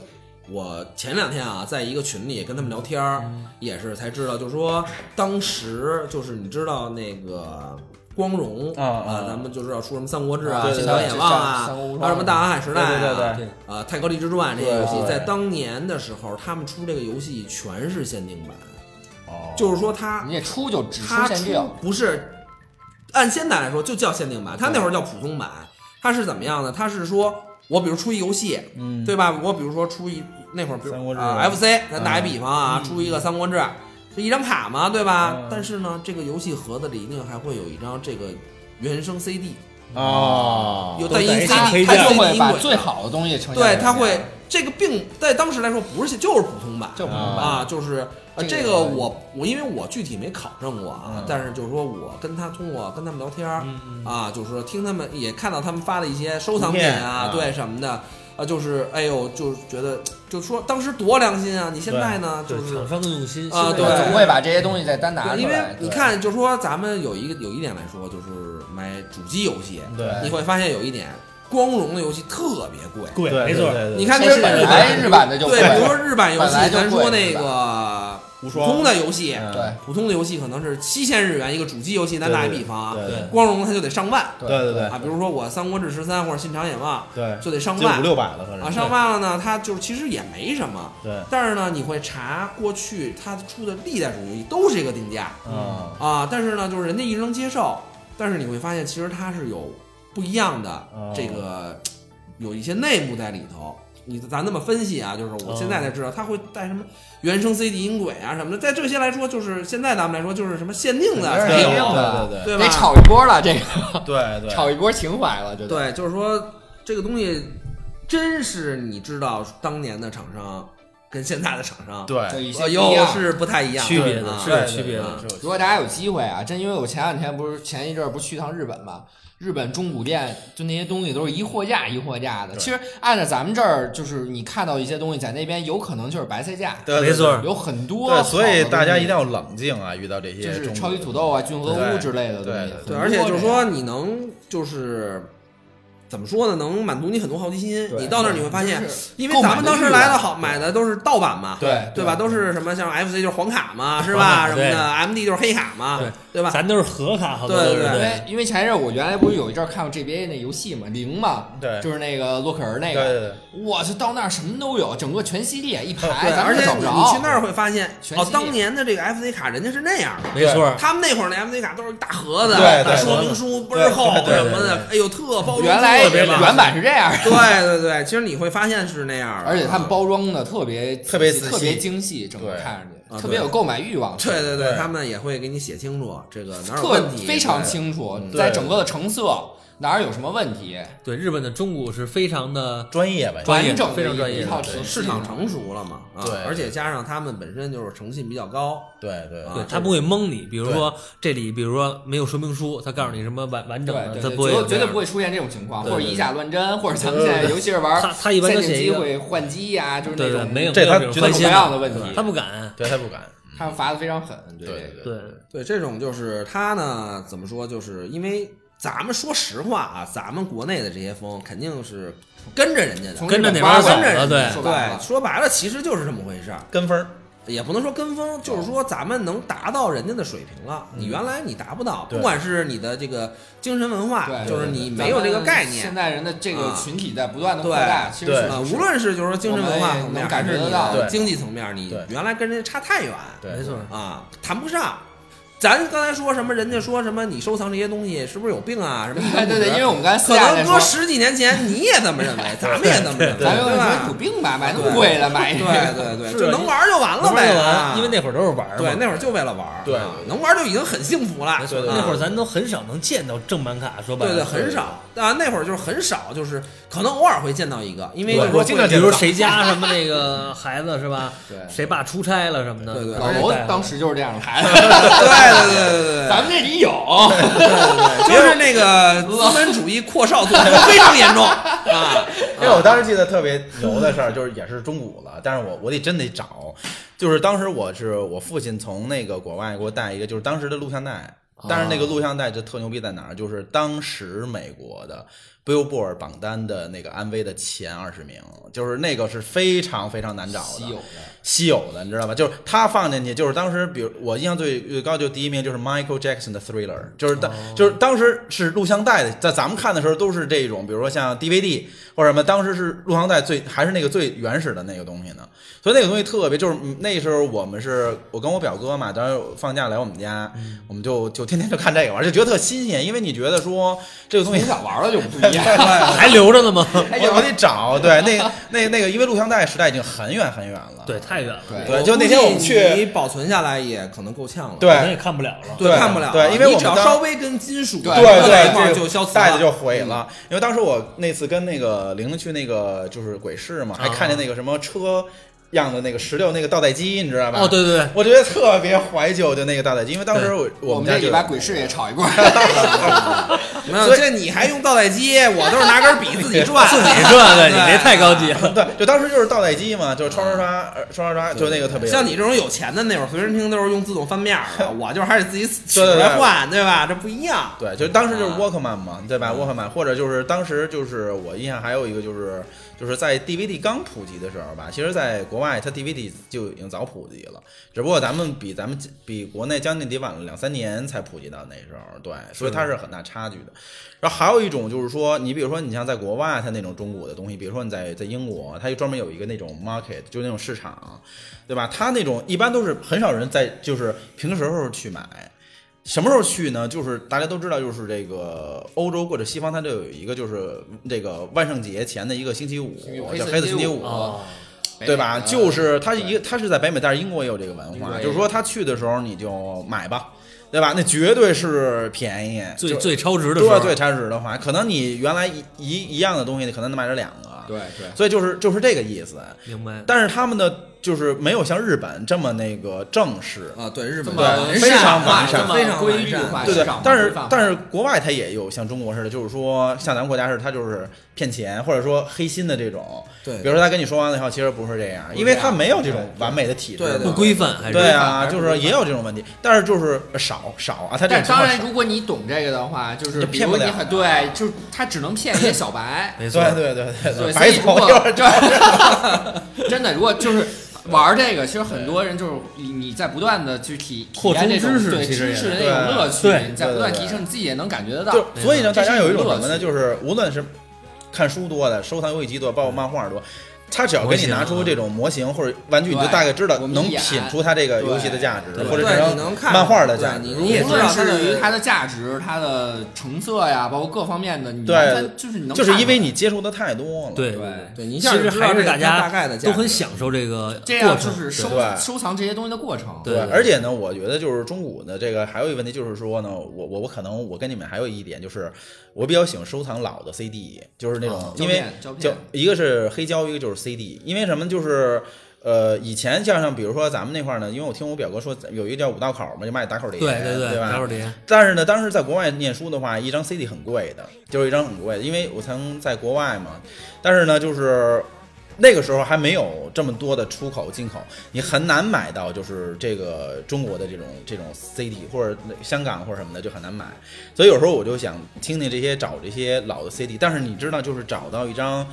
S4: 我前两天啊，在一个群里跟他们聊天儿，
S1: 嗯
S4: 也是才知道，就是说当时就是你知道那个。光荣
S1: 啊啊
S4: 咱们就知道出什么《三国志》啊，
S1: 对
S4: 《
S1: 对
S4: 新唐
S1: 对
S4: 野
S2: 对
S4: 望》
S2: 三
S4: 啊，
S2: 三国无双
S4: 还有什么《大航海时代》啊，
S1: 对对对对
S3: 对
S4: 啊，《泰格立志传》这个游
S1: 对
S4: 戏
S1: 对
S4: 在当年的时候，他们出这个游戏全是限定版，
S1: 哦，
S4: 就是说它
S2: 你也出就只出
S4: 它
S2: 限
S4: 出
S2: 定，
S4: 不是按现在来说就叫限定版，它那会儿叫普通版。它是怎么样呢？它是说我比如出一游戏，
S1: 嗯，
S4: 对吧？我比如说出一那会儿，比
S1: 三国
S4: 如
S1: 志嗯
S4: 啊 FC，咱打一比方啊，出一个《三国志》，这一张卡嘛，对
S1: 嗯
S4: 吧？但是呢，这个游戏盒子里一定还会有一张这个原声 CD，
S1: 哦，
S4: 有
S1: 都
S4: 带一
S1: 得
S4: 个
S2: 他
S4: 它
S1: CD
S4: 它
S1: 推荐
S2: 他就会把
S4: 它
S2: 最好的东西
S1: 哦
S2: 呈现给
S4: 对
S2: 你，
S4: 它会这个并在当时来说不是就是普通版，
S2: 就不
S1: 啊
S2: 明白。
S4: 啊，就是呃，
S2: 这
S4: 这
S2: 个
S4: 个我我因为我具体没考证过啊
S1: 嗯，
S4: 但是就是说我跟他通过跟他们聊天儿
S3: 嗯
S4: 啊，就是说听他们也看到他们发的一些收藏
S1: 图
S4: 品
S1: 片啊，
S4: 啊对什么的。啊，就是，哎呦，就是觉得，就说当时多良心啊！你现在呢，就
S3: 对
S4: 是
S3: 厂商的用
S4: 啊
S3: 心现在
S4: 对
S2: 总会把这些东西再单拿出来。
S4: 对因为你
S2: 对，
S4: 看，就说咱们有一个有一点来说，就是买主机游戏，
S2: 嗯
S1: 对
S4: 你会发现有一点，光荣的游戏特别贵。
S3: 贵，
S1: 对，
S3: 没错，
S1: 对，对
S4: 你看
S2: 其
S4: 那
S2: 实
S4: 日
S2: 本
S4: 本
S2: 来日版的就
S4: 对，比如说
S2: 贵，
S4: 日版游戏
S2: 本来，就
S4: 咱
S2: 贵
S4: 说
S2: 是
S4: 那
S2: 吧
S4: 个
S1: 无
S4: 普
S1: 双
S4: 通的游戏，
S1: 嗯
S2: 对
S4: 普通的游戏可能是七千日元一个主机游戏，咱打一比方啊，
S1: 对
S3: 对
S4: 光荣它就得上万
S1: 对对对
S4: 啊，比如说我《三国志十三》或者《新长野望
S1: 对》，
S4: 就得上
S1: 就五
S4: 万
S1: 六百了，反
S4: 啊，
S1: 正
S4: 上万了呢，它就是其实也没什么，
S1: 对，
S4: 但是呢，你会查过去它出的历代主机都是这个定价
S1: 嗯
S4: 啊，但是呢，就是人家一直能接受，但是你会发现其实它是有不一样的
S1: 哦
S4: 这个有一些内幕在里头。你咱那么分析啊，就是我现在才知道它会带什么原声 CD 音轨啊什么的，在这些来说，就是现在咱们来说就是什么限定的
S2: 对
S4: 才
S2: 对
S4: 有，
S2: 的
S1: 对对
S4: 嗯对吧？
S2: 得炒一波了，这个
S1: 对对，
S2: 炒一波情怀了，这就
S4: 对，就是说这个东西真是你知道当年的厂商跟现在的厂商，
S2: 就
S1: 对
S2: 一些
S4: 呃，
S2: 不一
S4: 又
S2: 样
S4: 是不太一样，
S3: 区别的
S4: 啊
S3: 是有区别的。
S1: 对对
S2: 如果大家有机会啊，真因为我前两天不是前一阵儿不是去趟日本嘛，日本中古店就那些东西都是一货架一货架的。其实按照咱们这儿，就是你看到一些东西在那边有可能就是白菜价，
S1: 对
S3: 没错
S2: 有很多
S1: 对，
S2: 好的东西。
S1: 所以大家一定要冷静啊！遇到这些
S2: 就是
S1: 中
S2: 超级
S1: 国
S2: 土豆啊、菌合屋
S1: 对
S2: 之类的东西
S1: 对对。
S2: 很
S4: 对，
S2: 多
S4: 而且就是说
S2: 这样，
S4: 你能就是怎么说呢，能满足你很多好奇心。
S2: 对
S4: 你到那儿你会发现
S2: 就，是
S4: 因为
S2: 购买
S4: 咱们当时
S2: 的欲
S4: 来的
S2: 望
S4: 好买的都是盗版嘛，
S1: 对
S4: 对吧？都是什么像 FC 就是黄卡嘛，是
S3: 黄
S4: 吧？
S3: 卡
S4: 什么
S3: 对
S4: 的 MD 就是黑卡嘛
S3: 对，
S4: 对吧？
S3: 咱都是合卡，好多都
S4: 对
S3: 是
S4: 对
S2: 因为因为前一阵儿我原来不是有一阵儿看过 GBA 那游戏嘛，零嘛，
S1: 对
S2: 就是那个洛克人那
S1: 对
S2: 个，
S1: 对对，
S2: 我去到那儿什么都有，整个全系列一排，
S4: 对，
S2: 哎咱
S4: 而
S2: 们
S4: 且
S2: 找
S4: 你
S2: 不
S4: 你
S2: 着。
S4: 去那儿会发现，
S2: 全
S4: 哦
S2: 系，列
S4: 当年的这个 FC 卡人家是那样的。
S3: 没错，
S4: 他们那会儿那 FC 卡都是一大盒子，
S1: 对对
S4: 说明书倍儿厚
S1: 对对对
S4: 什
S1: 对
S4: 么的，哎呦特包装
S2: 原来
S4: 特别棒
S2: 原版是这样的，
S4: 对对对，其实你会发现是那样的，
S2: 而且他们包装的特别
S1: 特别仔细
S2: 特别精细，整个
S1: 对
S2: 看上去
S4: 啊
S2: 特别有购买欲望，
S4: 对对对，
S1: 对
S4: 他们也会给你写清楚这个哪儿有
S2: 特
S4: 问题，嗯
S2: 非常清楚，
S1: 对
S2: 在整个的成色哪儿有什么问题，
S3: 对日本的中古是非常的
S1: 专业吧，
S3: 专业
S2: 完整的
S3: 非常专业
S2: 一套
S3: 对
S2: 体系
S4: 市场成熟了嘛，啊，
S1: 对
S4: 而且加上他们本身就是诚信比较高，
S1: 对对
S4: 啊
S3: 对
S4: 这
S3: 他不会蒙你，比如说这里，比如说没有说明书，他告诉你什么完完整的，
S2: 对
S3: 他
S2: 对
S3: 不会
S2: 对，
S3: 有
S2: 绝
S3: 这
S2: 绝对
S3: 样
S2: 不会出现这种情况，或
S1: 对
S2: 者
S1: 对
S2: 以假乱真，或者咱们现在尤其是玩
S3: 他他一般都
S2: 限定
S3: 写一
S2: 机
S3: 个
S2: 会换机呀，就是那
S3: 对对
S2: 种
S3: 没有
S1: 这
S3: 没有
S1: 他
S3: 这种
S1: 绝
S2: 不
S1: 对
S3: 关
S2: 一
S3: 心
S1: 不
S2: 样的问题，
S3: 他不敢，
S1: 对他不敢，
S2: 他们罚的非常狠，对
S1: 对
S2: 对。
S3: 对
S4: 对这种就是他呢，怎么说，就是因为咱们说实话啊，咱们国内的这些风肯定是跟着人家的
S2: 从，
S3: 跟着
S2: 日
S3: 哪
S2: 本
S3: 边
S2: 挖
S3: 走
S2: 过来
S3: 了，对
S2: 说白了
S4: 对，说白了其实就是这么回事儿，
S1: 跟风儿，
S4: 也不能说跟风，就是说咱们能达到人家的水平了，你原来你达不到，
S1: 对
S4: 不管是你的这个精神文化，
S2: 对，
S4: 就是
S2: 对
S4: 你
S2: 对
S4: 没有这个概
S2: 咱们
S4: 念
S2: 现。在人的这个
S4: 啊
S2: 群体在不断的扩大，其实
S1: 对
S2: 确
S4: 啊，
S2: 实
S4: 无论是就是说精神文化层面，还是你的
S1: 对
S4: 经济层面，你
S1: 对
S4: 原来跟人家差太远，
S1: 对，
S3: 没错，
S4: 啊，谈不上。咱刚才说什么？人家说什么？你收藏这些东西是不是有病啊？什么？
S2: 对对对，因为我们刚才私
S4: 可
S2: 下在
S4: 能
S2: 说
S4: 搁，十几年前你也这么认为，咱们也这么认为，
S2: 咱
S4: 对
S2: 们说有
S4: 吧？
S2: 病吧，买那么贵了，买一
S4: 对
S2: 个
S4: 对对，
S3: 是
S4: 就能玩就完了
S3: 能玩
S4: 呗
S3: 就
S4: 啊。
S3: 完，因为那会儿都是玩儿嘛，
S4: 对那会儿就为了玩儿，
S1: 对
S4: 啊能玩就已经很幸福了
S3: 没。错
S1: 对对
S3: 那会儿
S4: 啊
S3: 咱都很少能见到正版卡，说白
S4: 对
S3: 了，
S4: 对，很少啊，那会儿就是很少，就是可能偶尔会见到一个，因为
S1: 对
S4: 就是说
S1: 我经常
S4: 会
S3: 比
S1: 见
S3: 如谁家什么那个孩子是吧？
S2: 对
S3: 谁爸出差了什么的，
S4: 对对对
S2: 老
S3: 都
S2: 罗
S3: 带回来
S2: 当时就是这样的孩子，
S4: 对对对对对对，
S2: 咱们这里有，
S4: 就是那个资本主义阔少作风非常 严重啊！
S1: 因为我当时记得特别牛的事儿，就是也是中古了，但是我我得真得找，就是当时我是我父亲从那个国外给我带一个，就是
S2: 哦
S1: 当时的录像带，但是那个录像带就特牛逼在哪儿，就是当时美国的 Billboard 榜单的那个安危的前二十名，就是那个是非常非常难找的，
S2: 稀有的
S1: 稀有的，你知道吧？就是他放进去，就是当时，比如我印象最最高就第一名就是 Michael Jackson 的 Thriller，就是当、
S2: 哦
S1: 就是当时是录像带的，在咱们看的时候都是这种，比如说像 DVD 或者什么，当时是录像带最还是那个最原始的那个东西呢，所以那个东西特别，就是嗯那时候我们是我跟我表哥嘛，当时放假来我们家，我们就就天天就看这个玩意儿，就觉得特新鲜，因为你觉得说这个东
S4: 从
S1: 西
S4: 小玩的就不一样。
S1: 太快了。
S3: 还留着呢吗？
S1: 我我得找，对，那那那个，因为录像带时代已经很远很远了，
S3: 对，太远了，
S1: 对就那天我们去
S4: 估计你保存下来也可能够呛了，
S1: 对
S3: 可能也看不了了。
S1: 对
S4: 看不了啊。
S1: 对因为我
S4: 你
S1: 们
S4: 只要
S1: 当
S4: 稍微跟金属
S2: 对
S1: 对
S4: 碰到一块
S1: 对，
S4: 儿
S1: 这
S4: 就
S1: 个
S4: 消磁
S1: 袋子
S4: 了
S1: 就毁了。因为当时我那次跟那个玲玲去那个就是鬼市嘛，还看见那个什么车样的那个石榴那个倒带机，你知道吧？
S3: 哦，，对 对对，
S1: 我觉得特别怀旧，就那个倒带机，因为当时我
S2: 我
S1: 们
S2: 们
S1: 家就
S2: 这礼
S1: 有
S2: 拜鬼市也炒一波，
S4: 没有，
S1: 所以
S4: 这你还用倒带机？我都是拿根笔 自己转，自
S3: 你这 个你这太高级了。
S1: 对，就当时就是倒带机嘛，就是刷刷刷呃刷刷刷，就那个特别
S4: 像你这种有钱的那会儿，随身听都是用自动翻面儿的，我就是还得自己取
S1: 对
S4: 出
S1: 对
S4: 来
S1: 对
S4: 换，对吧？这不一样。
S1: 对，就是当时就是
S4: 啊
S1: Walkman 嘛，对吧？Walkman，或者就是当时就是我印象还有一个就是就是在 DVD 刚普及的时候吧，其实在国外它 DVD 就已经早普及了，只不过咱们比咱们比国内将近得晚了两三年才普及到那时候，对，所以它是很大差距的。然后还有一种就是说，你比如说你像在国外它那种中古的东西，比如说你在在英国，它就专门有一个那种 market，就那种市场，啊对吧？它那种一般都是很少人在就是平时候去买。什么时候去呢？就是大家都知道，就是这个欧洲或者西方，它就有一个就是这个万圣节前的一个星期五，哎啊叫黑色星期五，
S3: 哦，
S1: 对吧？
S2: 北美
S1: 就是它是一个，它是在北美，但是英国也有这个文
S2: 英国
S1: 化，
S2: 也有
S1: 就是说他去的时候你就买吧，对吧？那绝对是便宜，
S3: 最
S1: 就
S3: 最超值的时
S1: 对
S3: 候，
S1: 最差值的话，可能你原来一一一样的东西，你可能能买着两个，
S2: 对对，
S1: 所以就是就是这个意思。
S3: 明白。
S1: 但是他们的就是没有像日本这么那个正式，
S4: 啊，对，日
S2: 这
S4: 本
S2: 么
S1: 对
S2: 完
S1: 非
S2: 善
S1: 常
S2: 化
S1: 完善
S2: 这么
S4: 非常
S2: 规
S4: 完
S2: 律
S4: 善
S2: 化，
S1: 对对
S2: 啊市场，
S1: 但是但
S2: 是
S1: 是国外它也有像中国似的，就是说像咱们国家似的，它就是骗钱或者说黑心的这种。
S4: 对
S1: 比如说他跟你说完了以后，其实不是这样，
S2: 是
S1: 因为
S2: 这
S1: 它
S2: 样
S1: 没有这种完美的体制
S4: 对对
S1: 嘛
S3: 不规范还是，
S1: 对
S2: 还
S1: 啊，
S2: 是
S1: 就
S2: 不规
S1: 是
S2: 范
S1: 也有这种问题，但是就是少少啊，他这种
S2: 但是
S1: 情
S2: 当
S1: 况
S2: 然，
S1: 少
S2: 如果你懂这个的话，就是
S1: 就
S2: 比
S1: 骗
S2: 如
S1: 不
S2: 你
S1: 了
S2: 很对，就是他只能骗一些小白
S3: 没错，
S1: 对对对对
S2: 对，所
S1: 白
S2: 以如
S1: 走
S2: 果
S1: 一会 儿
S2: 真的，如果就是玩这个，其实很多人就是你你在不断的去体体
S3: 扩充
S2: 验这种
S3: 知识
S2: 对
S3: 其实也
S2: 知识的那
S1: 对
S2: 种乐趣
S3: 对，
S2: 你在不断
S1: 对对
S2: 提升，你自己也能感觉得到。
S1: 就所以呢，
S2: 这
S1: 大
S2: 是
S1: 家有一种
S2: 一种
S1: 什么
S2: 乐
S1: 呢？
S2: 趣
S1: 就是无论是看书多的，收藏游戏机多，
S2: 嗯
S1: 包括漫画多。他只要给你拿出这种模型或者玩具，你就
S2: 啊对
S1: 大概知道
S2: 我们
S1: 能
S2: 一眼
S1: 品出它这个游戏的
S2: 对
S1: 价值
S2: 对，
S1: 或者
S4: 对
S1: 是
S4: 你能看
S1: 漫画的
S4: 对
S1: 价值。
S4: 你
S1: 如
S4: 你
S1: 果
S4: 也
S2: 无
S4: 知
S2: 论
S4: 道它
S2: 是
S4: 的
S2: 于它的价值、它的成色呀，包括各方面的，你
S1: 对
S2: 完全就是你能
S1: 就是
S2: 看
S1: 因为
S2: 出来
S1: 你接触的太多了。
S3: 对
S2: 对
S4: 对你一
S3: 其
S4: 下就
S3: 实
S4: 知道
S3: 还
S4: 这
S3: 是
S4: 个
S3: 大家
S4: 大概的价
S3: 都很
S4: 值
S3: 享受这个
S2: 这样
S3: 过
S2: 就
S3: 程
S2: 是收
S1: 对
S2: 收藏这些东西的过程。
S3: 对
S1: 而且呢，我觉得就是中古呢，这个还有一个问题就是说呢，我我我可能我跟你们还有一点就是，我比较喜欢收藏老的 CD，就是那种、
S2: 啊
S1: 因为
S2: 胶片胶
S1: 就
S2: 片
S1: 一个是黑胶，一个就是 CD，因为什么就是。呃，以前像像比如说咱们那块儿呢，因为我听我表哥说有一个叫五道口嘛，就卖打口碟，
S3: 对对
S1: 对，吧？
S3: 打火碟，
S1: 但是呢，当时在国外念书的话，一张 CD 很贵的，就是一张很贵的，因为我曾在国外嘛。但是呢，就是那个时候还没有这么多的出口进口，你很难买到就是这个中国的这种这种 CD 或者香港或者什么的就很难买。所以有时候我就想听听这些找这些老的 CD，但是你知道，就是找到一张。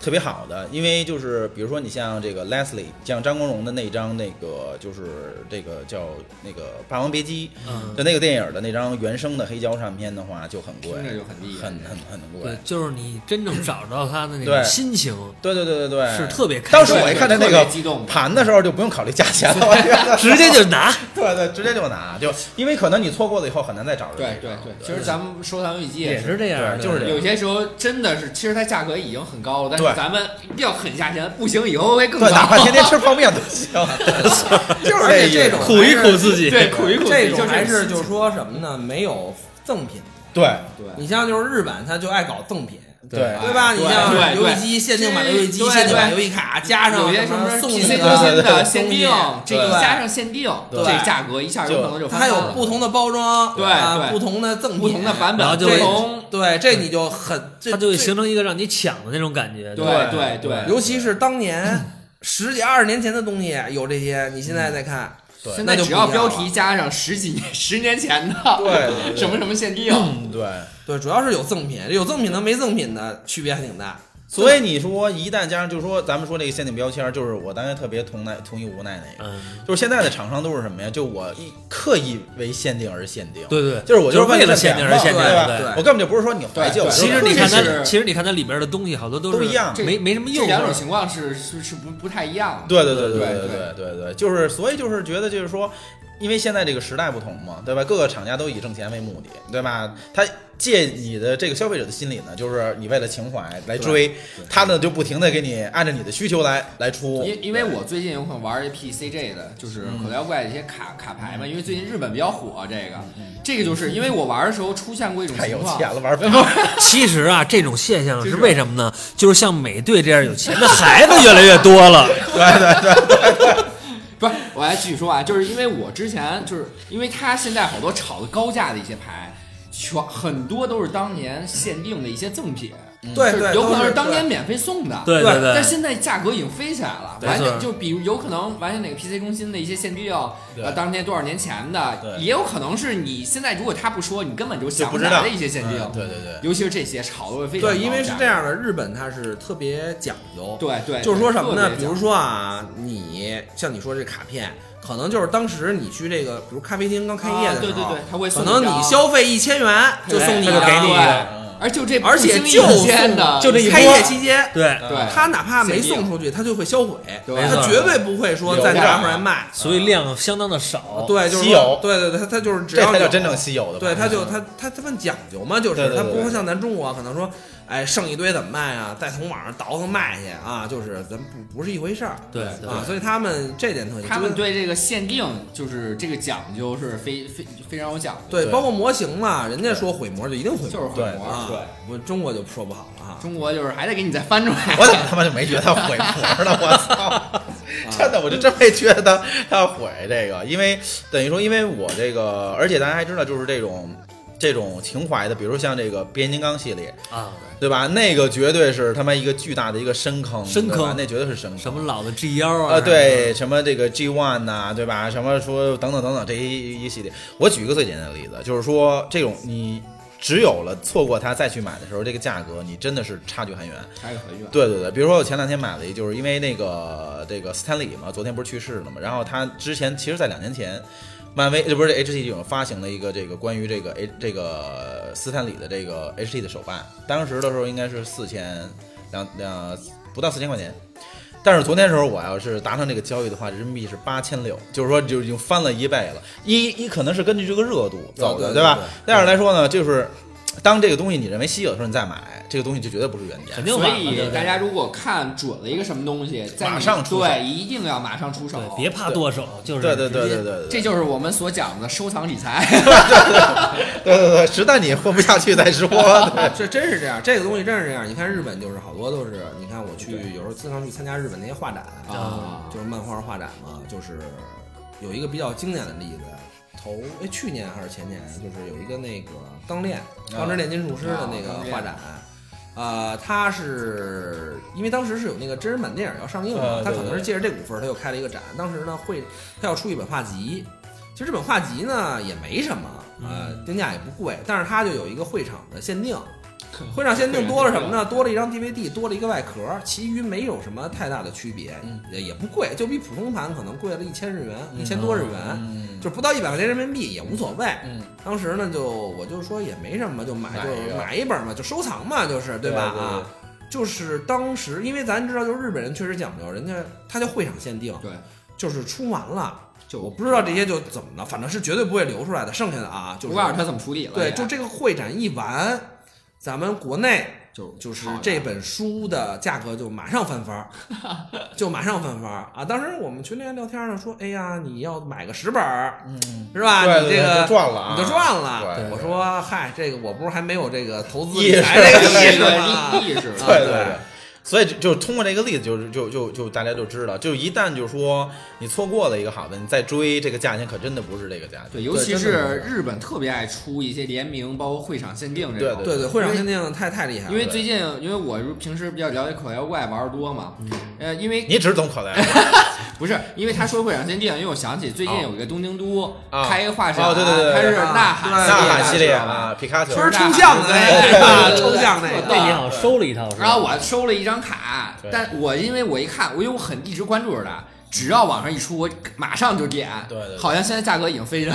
S1: 特别好的，因为就是比如说你像这个 Leslie，像张国荣的那一张那个就是这个叫那个《霸王别姬》，
S3: 嗯，
S1: 就那个电影的那张原声的黑胶唱片的话，就很贵，
S2: 听着就很厉害
S1: 很很很贵
S3: 对。，就是你真正找到他的那
S1: 对
S3: 种心情
S1: 对对对对对，
S3: 是特别开心，
S1: 当时我一看见那
S2: 特
S1: 个
S2: 别激动
S1: 盘的时候，就不用考虑价钱了，我觉得
S3: 直接就拿，
S1: 对对，直接就拿，就因为可能你错过了以后很难再找着
S2: 对
S1: 这
S2: 对
S1: 张。
S2: 对，其实咱们收藏游戏机
S3: 也
S2: 是
S3: 是这样，
S1: 对就是这样
S2: 有些时候真的是，其实它价格已经很高了，但是
S1: 对
S2: 咱们要狠下钱，不行以后会更
S1: 对，哪
S2: 高。
S1: 怕天天吃泡面都 行。
S4: 就是这这种
S3: 苦一苦自己，
S2: 对，苦一苦，
S4: 这种还
S2: 就是
S4: 就是说什么呢？没有赠品。
S1: 对
S2: 对
S4: 你像就是日本，他就爱搞赠品，
S1: 对
S4: 对吧？你
S2: 对
S4: 像
S2: 对
S4: 游
S2: 对
S4: 戏机限定版的游戏机、
S2: 对
S4: 限定版
S2: 对
S4: 游戏卡，加上
S2: 有些什
S4: 什
S2: 么啊
S4: 送啊
S2: PC
S4: 你
S2: 更新
S1: 对对
S2: 的
S1: 对
S2: 限定
S4: 东西，
S2: 这一
S4: 对
S2: 加上限定，
S1: 对
S2: 这价格一下有可能就
S4: 它
S2: 翻
S4: 还
S2: 番
S4: 有
S2: 了。
S4: 不同的包装，
S2: 对
S4: 啊
S2: 对
S4: 不同的赠品，
S2: 不同的版
S3: 然后
S2: 本，
S3: 就
S2: 不
S3: 会
S2: 同，
S4: 对，这你就很，这
S3: 它就会
S4: 这
S3: 形成一个让你抢的那种感觉，
S2: 对
S3: 吧
S2: 对对，
S4: 尤其是当年十几二十年前的东西，有这些，你现在再看，
S1: 对
S2: 现
S4: 那
S2: 在
S4: 就
S2: 只
S4: 不一
S2: 要
S4: 样
S2: 标
S4: 了
S2: 题加上十几年、十年前的，
S4: 对对
S2: 什么什么限定，
S1: 嗯对，
S4: 对，主要是有赠品，有赠品的没赠品的区别还挺大。
S1: 所以你说一旦加上，就是说咱们说这个限定标签儿，就是我当年特别同奈同意无奈那个，
S3: 嗯，
S1: 就是现在的厂商都是什么呀？就我一刻意为限定而限定，
S3: 对对，
S1: 就是我
S3: 就是
S1: 是
S3: 为了
S1: 限
S3: 限定而限定，啊
S1: 对吧？
S4: 对
S1: 我根本就不是说你怀旧，就
S2: 对
S1: 是
S3: 其实你
S1: 这
S3: 看
S1: 是
S3: 它，其实你看它里边的东西好多都是
S1: 都一样
S2: 这
S3: 没没什么诱
S2: 这两种
S3: 惑。
S2: 情况是是是不不太一样的。
S1: 对对对
S2: 对
S1: 对对对对，就是所以就是觉得就是说，因为现在这个时代不同嘛，对吧？各个厂家都以挣钱为目的，对吧？他借你的这个消费者的心理呢，就是你为了情怀来追，他呢就不停的给你按照你的需求来来出。
S2: 因因为我最近有可能玩一 PCG 的，就是口袋妖怪的一些卡卡牌嘛，因为最近日本比较火这个，这个就是因为我玩的时候出现过一种
S1: 太
S2: 情
S1: 有
S2: 况
S1: 钱，了，玩 不
S3: 其实啊，这种现象
S2: 就是
S3: 是为什么呢？就是像美队这样有钱的孩子越来越多了。
S2: 不是，我来继续说啊，就是因为我之前就是因为它现在好多炒的高价的一些牌，全很多都是当年限定的一些赠品，
S4: 对
S2: 就是
S4: 对，
S2: 有可能
S4: 都
S2: 是
S4: 是
S2: 当年
S4: 对
S2: 免费送的，
S3: 对
S4: 对
S3: 对，
S2: 但现在价格已经飞起来了，
S3: 没
S2: 完全
S3: 错
S2: 就比如有可能完全哪个 PC 中心的一些限定，呃，
S1: 对
S2: 当年多少年前的，
S1: 对
S2: 也有可能是你现在如果他不说，你根本就
S1: 就
S2: 想
S1: 不
S2: 不
S1: 知
S2: 起
S1: 道
S2: 来的一些限定，
S1: 嗯对对对，
S2: 尤其是这些炒的会非常高
S4: 对，因为是这
S2: 价，
S4: 样的，日本它是特别讲究，
S2: 对对，
S4: 就是说什么呢
S2: 特？别
S4: 比如说啊，你像你说这卡片，可能就是当时你去这个，比如咖啡厅刚开业
S2: 啊
S4: 的
S2: 对
S4: 时
S2: 对
S4: 候，
S2: 对他会送
S4: 可
S2: 你
S4: 能你消费一千元就送你一
S2: 对
S4: 张，
S3: 他就给你一
S2: 对
S3: 个
S1: 嗯
S2: 而就这不
S4: 而且
S2: 经意
S4: 就
S2: 间
S4: 送
S2: 的，
S3: 就这一
S4: 开
S3: 波
S4: 业期间，
S3: 对，
S2: 对
S4: 嗯他哪怕没送出去，他就会销毁，
S2: 对
S4: 他绝对不会说再拿出来卖。
S3: 所以量相当的少。
S4: 对，就是
S1: 稀有
S4: 说，对对对，他他就是只
S1: 这
S4: 要
S1: 才叫
S4: 有
S1: 真正稀有的吧。嗯
S4: 对，他就他他他们讲究嘛，就
S1: 对
S4: 是
S1: 对
S4: 他
S1: 对
S4: 不
S1: 对
S4: 会像咱中国可能说，哎，剩一堆怎么卖啊？再从网上倒腾卖去啊，就是咱不不是一回事儿
S3: 对对
S4: 啊，所以他们这点特性，
S2: 他
S4: 就
S2: 们
S4: 跟
S2: 对这个限定就是这个讲究是非非非常有讲究，
S4: 对
S1: 对
S4: 包括模型嘛，人家说毁模就一定毁
S2: 就是
S4: 模
S2: 毁
S1: 对
S2: 模，
S4: 啊，，我中国就说不好了啊。
S2: 中国就是还得给你再翻出 来，
S1: 我怎么他妈就没觉得他毁活呢？我
S3: 啊
S1: 操！ 真的，我就真没觉得他他毁这个，因为等于说，因为我这个，而且大家还知道，就是这种这种情怀的，比如像这个变形金刚系列，
S3: 啊，
S1: 对吧？那个绝对是他妈一个巨大的一个深坑，
S3: 深坑
S1: 对吧那绝对是深坑。
S3: 什么老的 G 幺啊？
S1: 呃，对，什么这个 G One 呐、对吧？什么说等等等等这一一系列，我举一个最简单的例子，就是说这种你只有了错过它再去买的时候，这个价格你真的是差距很远。
S2: 还有很远，
S1: 对对对，比如说我前两天买了一，就是因为那个这个斯坦李嘛，昨天不是去世了嘛，然后他之前其实，在两年前，漫威这呃不是 HT 这种发行了一个这个关于这个 H 这个斯坦李的这个 HT 的手办，当时的时候应该是四千两两不到四千块钱。但是昨天的时候，我要是达成这个交易的话，人民币是八千六，就是说就已经翻了一倍了。一一可能是根据这个热度走的，
S4: 对对
S1: 吧
S4: 对？
S1: 第二来说呢，就是当这个东西你认为稀有的时候，你再买，这个东西就绝对不是原价
S3: 肯。定晚
S2: 所
S3: 了
S2: 以
S3: 对
S2: 大家如果看准了一个什么东西，在你
S1: 马上出手
S2: 对，一定要马上出手，
S3: 对，别怕剁手，就是
S1: 对对对对对对，
S2: 这就是我们所讲的收藏 理财。
S1: 对对对，实在你混不下去再说。对
S4: 这真是这样，这个东西真是这样。你看日本就是好多都是，你看我去有时候经常去参加日本那些画展
S2: 啊
S4: 就是漫画画展嘛，就是有一个比较经典的例子，头哎去年还是前年，就是有一个那个钢炼钢之炼金术师的那
S2: 啊
S4: 个画展。呃，他是因为当时是有那个真人版电影要上映嘛，
S1: 呃
S4: 他
S1: 对
S4: 可能
S1: 对
S4: 是借着这股份儿，他又开了一个展。当时呢，会他要出一本画集，其实这本画集呢也没什么，呃，
S1: 嗯
S4: 定价也不贵，但是它就有一个会场的限定。会场限定多了什么呢？多了一张 DVD，多了一个外壳，其余没有什么太大的区别，
S1: 嗯
S4: 也也不贵，就比普通盘可能贵了一千日元，一千多日元，
S1: 嗯，
S4: 就不到一百块钱人民币也无所谓。
S1: 嗯
S4: 当时呢，就我就说也没什么，就买
S1: 买
S4: 就
S1: 一个
S4: 买一本嘛，就收藏嘛，就是
S1: 对
S4: 吧？
S1: 对
S4: 啊，就是当时因为咱知道，就是日本人确实讲究，人家他叫会场限定，
S2: 对，
S4: 就是出完了。
S2: 就
S4: 我不知道这些就怎么了，反正是绝对不会流出来的。剩下的啊，就
S2: 我
S4: 是
S2: 告诉他怎么处理了。哎
S4: 对，
S2: 也
S4: 就这个会展一完，咱们国内
S2: 就
S4: 就是这本书的价格就马上翻 番儿，就马上翻番儿啊！当时我们群里还聊天呢，说哎呀，你要买个十本儿，嗯，是吧？
S1: 对
S4: 你
S1: 对
S4: 这
S1: 对
S4: 个
S1: 就赚了啊
S4: 你就赚了。
S1: 对对
S4: 我说嗨，这个我不是还没有这个投资
S1: 意识
S4: 理财这
S2: 意
S4: 个
S2: 识
S4: 意识吗？
S2: 意
S1: 对
S2: 识，
S4: 啊
S1: 对对
S4: 对。
S1: 所以就就通过这个例子就，就就就大家就知道，就一旦就说你错过了一个好的，你再追这个价钱，可真的不是这个价钱。
S2: 对，尤其
S4: 对真的
S2: 是日本特别爱出一些联名，包括会场限定这种。
S4: 对对，会场限定太太厉害了，
S2: 因为最
S1: 嗯
S2: 近，因为我平时比较了解口袋妖怪玩儿多嘛，呃，因为
S1: 你只懂口袋，
S2: 不是，因为他说会展现电影，因为我想起最近有一个东京都
S5: 啊
S2: 开一个画展，
S1: 哦对对对
S2: 它是
S1: 对
S2: 呐
S4: 对
S2: 喊呐
S4: 呐
S1: 喊系列
S2: 知道吧
S1: 啊，皮卡丘
S4: 就是抽象的那个，抽象那
S2: 对
S4: 个，
S3: 那你好像收了一套是吧？
S2: 然后我收了一张卡
S1: 对，
S2: 但我因为我一看，我因为我很一直关注着它，只要网上一出，我马上就点。
S1: 对对对
S2: 好像现在价格已经 飞升，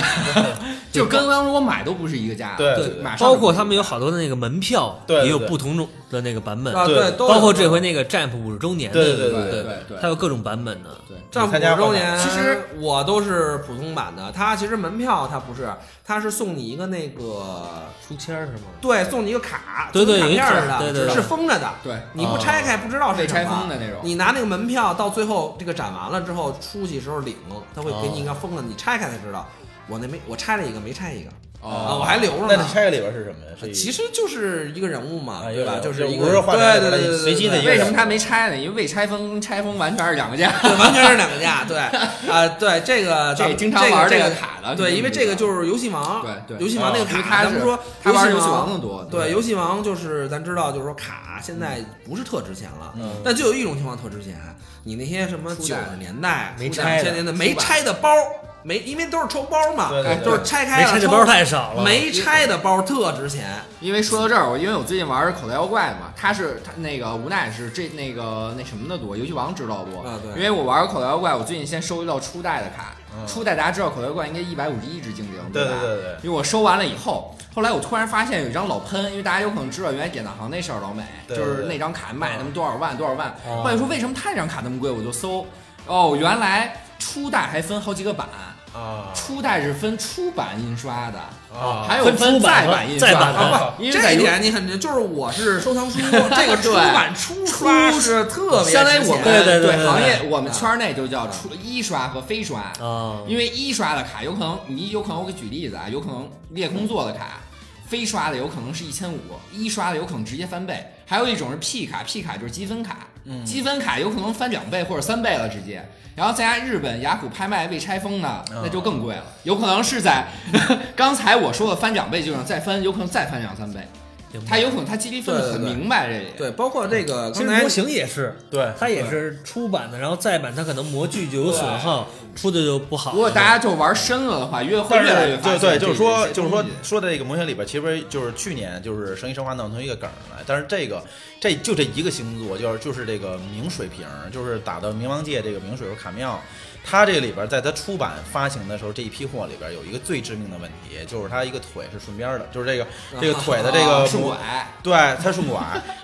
S2: 就跟当时我买都不是一个价。
S1: 对
S3: 对
S2: 马上
S3: 包括他们有好多的那个门票，
S1: 对对
S3: 也有
S1: 对
S3: 不同种的那个版本，
S4: 啊，
S1: 对
S4: 都有
S3: 包括这回那个 Jump 五十周年的，
S1: 对对对
S3: 对
S2: 对对对
S3: 它有各种版本的。
S4: 战
S1: 你
S4: 斧
S1: 参加
S4: 周
S1: 过吗
S4: 年，
S2: 其实
S4: 我都是普通版的。它其实门票它不是，它是送你一个那个，
S3: 书签儿是吗？
S4: 对，送你一个卡，
S3: 对对
S4: 卡片
S3: 有一
S4: 儿
S3: 个
S4: 的，
S3: 卡对对对
S4: 是封着的，
S2: 对啊
S4: 你不拆开不知道是
S2: 被拆
S4: 什么
S2: 封的那种
S4: 你拿那个门票到最后这个展完了之后，出去时候领，他会给你一个封的，你拆开才知道。我那没，我拆了一个，没拆一个，
S2: 哦
S4: 啊，我还留着
S1: 那你
S4: 呢。
S1: 拆开里边是什么呀？是一
S4: 其实就是一个人物嘛，
S1: 啊
S4: 对吧？
S1: 有
S4: 就是一
S1: 有
S4: 个
S1: 五十画
S4: 对
S1: 面
S4: 对对对对，
S1: 随机的
S4: 对
S1: 一个
S2: 为什么他没拆呢？因为未拆封跟拆封完全是两个价。
S4: 对，完全是两个价。对，啊，对这个咱们
S2: 这经常玩
S4: 这
S2: 这
S4: 个这
S2: 个
S4: 个
S2: 卡的
S4: 对，
S2: 你
S4: 因为
S2: 知
S4: 这个
S2: 道
S4: 就是游戏王，
S2: 对对
S4: 游戏王那个卡，
S2: 啊他
S4: 咱
S2: 是
S4: 们说
S2: 他玩游戏
S4: 王
S2: 王的多
S4: 对，
S2: 对
S4: 游戏王就是咱知道，就是说卡现在不是特值钱了，
S3: 嗯
S4: 但就有一种情况特值钱，你那些什么
S2: 初
S4: 九
S2: 代
S4: 十年代、
S3: 没
S4: 初
S3: 拆
S4: 代、
S3: 的
S4: 两千年的没拆的包，没因为都是抽包嘛，
S1: 对对对
S4: 都是拆开
S3: 没
S4: 了
S3: 拆这
S4: 抽
S3: 包太少了，
S4: 没拆的包特值钱，
S2: 因为说到这儿，我因为我最近玩口袋妖怪嘛，他是他那个无奈是这那个那什么的多，游戏王知道多
S4: 啊对
S2: 因为我玩口袋妖怪，我最近先收集到初代的卡，初代大家知道口袋妖怪应该一百五十一只精灵，
S1: 嗯对
S2: 吧？
S1: 对对对
S2: 因为我收完了以后，后来我突然发现有一张老喷，因为大家有可能知道原来典当行那事儿老美，
S1: 对
S2: 就
S1: 对嗯
S2: 是
S1: 对
S2: 那张卡卖他们多少万多少万，
S3: 哦
S2: 后来我说为什么他那张卡那么贵，我就搜，哦，原来初代还分好几个版。
S1: 啊
S2: 初代是分出版印刷的，
S1: 啊
S2: 哦还有分再版印刷
S3: 再版
S1: 和
S2: 的，啊因为在
S4: 这一
S2: 游
S4: 点你很就是我 是收藏书，这个出版出刷
S2: 出
S4: 是特别值钱，
S2: 相当于我们
S3: 对对对对对
S2: 行业我们圈儿内就叫出一刷和非刷，
S3: 啊，
S2: 因为一刷的卡有可能你有可能我给举例子啊，有可能裂空座的卡，非刷的有可能是一千五，一刷的有可能直接翻倍，还有一种是 P 卡，P 卡就是积分卡，积分卡有可能翻两倍或者三倍了直接。然后再加日本雅虎拍卖未拆封呢，那就更贵了，有可能是在 刚才我说的翻两倍就想再翻，有可能再翻两三倍，
S3: 明白
S2: 它有可能它激励分
S4: 对
S2: 得
S4: 对
S2: 很
S4: 对
S2: 明白这里。
S4: 对，包括这个
S3: 其
S4: 刚
S3: 实
S4: 才
S3: 模型也是，
S1: 对
S3: 它也是出版的，然后再版它可能模具就有损耗，出的就不好了。
S2: 如果大家就玩深了的话，越会
S1: 但
S2: 越来
S1: 是
S2: 越发
S1: 对对，
S2: 现
S1: 就是说
S2: 这些
S1: 就是说
S2: 东西
S1: 说的这个模型里边，其实就是去年就是《生意生化》弄成一个梗儿来，但是这个这就这一个星座，就是就是这个冥水瓶，就是打到冥王界这个冥水瓶卡妙，它这个里边在它出版发行的时候，这一批货里边有一个最致命的问题，就是它一个腿是顺边儿的，就是这个这个腿的这
S2: 啊
S1: 个
S2: 是
S1: 模
S2: 拐，
S1: 对，它顺 拐。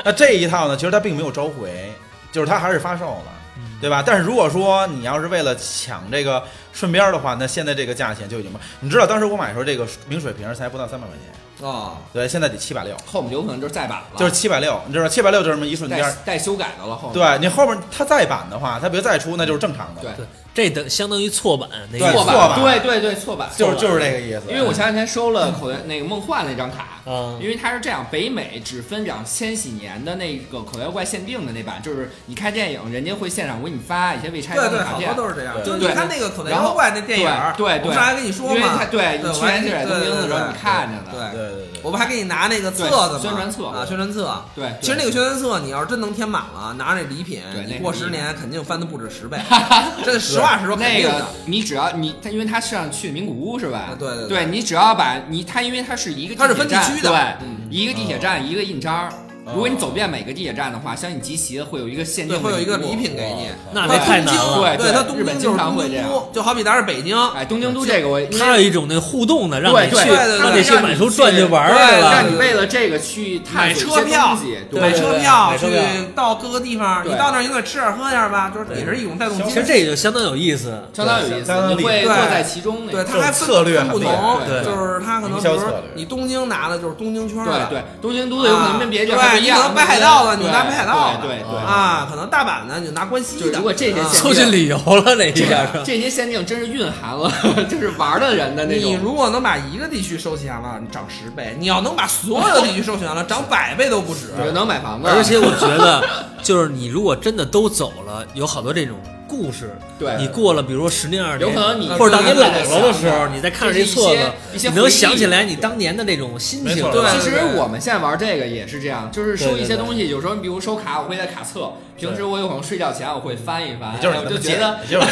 S1: 那这一套呢，其实它并没有召回，就是它还是发售了，
S2: 嗯
S1: 对吧？但是如果说你要是为了抢这个顺边儿的话，那现在这个价钱就已经不，你知道当时我买的时候，这个明水瓶才不到三百块钱，
S4: 啊。
S1: 对，现在得七百六，
S2: 后面有可能就是再版了，
S1: 就是七百六，你知道七百六就这么一瞬间
S2: 带
S1: 儿。
S2: 带修改的了。后面
S1: 对你后面它再版的话，它别再出，那就是正常的，
S2: 对
S3: 对，这等相当于错版那
S1: 对
S3: 个
S2: 错
S1: 错版
S2: 对对对错版，
S1: 就是就是这个意思。
S2: 因为我前两天收了口袋那个梦幻那张卡，
S3: 嗯
S2: 因为它是这样，北美只分两千禧年的那个口袋妖怪限定的那版，就是你看电影，人家会现场给你发一些未拆
S4: 对
S2: 封
S4: 对，
S2: 的卡
S4: 好
S2: 片
S4: 多。都是这样。
S1: 对
S4: 就是你
S2: 对
S4: 看那个口袋妖怪那电影儿，
S2: 对对对
S4: 我上来跟你说
S2: 因为
S4: 嘛
S2: 它，对你
S4: 我
S2: 去
S4: 还
S2: 年去在东京的时候你看见
S4: 对
S1: 对
S2: 了
S4: 对对。
S1: 对对对
S4: 我们还给你拿那个册子嘛，
S2: 对宣传册
S4: 啊，宣传册。
S2: 对对
S4: 其实那个宣传册，你要是真能填满了，拿着那礼品
S2: 对，那
S4: 你
S2: 个
S4: 过
S2: 礼
S4: 十
S2: 品
S4: 年肯定翻的不止十倍。这实话实说，肯
S2: 那
S4: 定
S2: 个
S4: 的。
S2: 你只要你它，因为它是让去名古屋是吧
S4: 啊？对对对
S2: 对，你只要把你它，因为它是一个
S4: 它是
S2: 地铁
S4: 分地
S2: 站
S4: 区的嗯
S2: 对，一个地铁站一个印章儿。如果你走遍每个地铁站的话，相信集齐会有一个限
S4: 对，
S2: 定，
S4: 会有一个礼品。给你。
S3: 那
S4: 它
S3: 这太
S4: 东京
S3: 难了
S2: 对
S4: 对，
S2: 对
S4: 它东
S2: 日
S4: 京
S2: 本
S4: 就是
S2: 经常
S4: 东
S2: 会这
S4: 京
S2: 样
S4: 都，就好比咱是北京，
S2: 哎，东
S4: 嗯
S2: 京都这个我因
S3: 它
S2: 为
S3: 有一种那互动的，让
S2: 对
S3: 你去，
S2: 对
S4: 对
S3: 让你去
S2: 让你
S3: 买书
S2: 去
S3: 转去玩儿
S4: 对
S3: 去了。
S2: 让你为了这个去探
S4: 买
S2: 索一
S4: 车
S2: 些
S4: 票
S2: 东西，，对
S4: 买
S3: 对
S4: 车
S3: 对
S4: 票
S3: 买车票
S4: 去到各个地方，你
S2: 对
S4: 到那儿你得吃点喝点吧，就是也是一种带动
S3: 其
S4: 经
S3: 实
S4: 济。
S3: 这也就相当有意思。
S2: 相当有意思
S1: 相，当
S2: 你会
S4: 厉
S2: 乐
S4: 害
S2: 在其中那
S4: 对，
S2: 个。
S4: 它还
S1: 这
S4: 分
S1: 策略
S4: 分不
S1: 很厉害
S4: 同，
S2: 对
S4: 就是它可能
S1: 营
S4: 比
S1: 销
S4: 如
S1: 策
S4: 说
S1: 略
S4: 你东京拿的就是东京圈儿
S2: 对
S4: 的，
S2: 对，东京都的有可能跟别的地方
S4: 啊
S2: 不一样。
S4: 对你可能北海道的
S2: 对
S4: 你拿北海道的
S2: 对对对
S4: 啊，可能大阪呢你就拿关西
S2: 就是
S4: 的。
S2: 如果这些
S4: 啊
S2: 县
S3: 出去旅游了，那一下是。
S2: 这些限定真是蕴含了 就是玩的人的那
S4: 你
S2: 种。
S4: 如果能把一个地区收全了，你涨十倍；你要能把所有的地区收全了，涨百倍都不止。
S2: 你就能买房子，
S3: 而且我觉得，就是你如果真的都走了，有好多这种故事。
S2: 对
S3: 你过了，比如说十年、二十年，
S2: 有可能你
S3: 或者当你老
S2: 慢慢
S3: 了
S2: 地
S3: 的时候，
S2: 想
S3: 你再看着这册
S2: 就是
S3: 子，
S2: 一些
S3: 你
S2: 一些回
S3: 能
S2: 忆
S3: 想起来你当年的那种心
S1: 没
S3: 情
S1: 错。
S4: 对
S2: 其实我们现在玩这个也是这样，就是收一
S3: 对
S2: 些
S3: 对对
S2: 东西，有时候你比如收卡，我会在卡册，平时我有可能睡觉前我会翻一翻，
S1: 你 就是
S2: 哎
S1: 你
S2: 我
S1: 那
S2: 就
S1: 么
S2: 觉
S1: 贱
S2: 得。
S1: 你 就是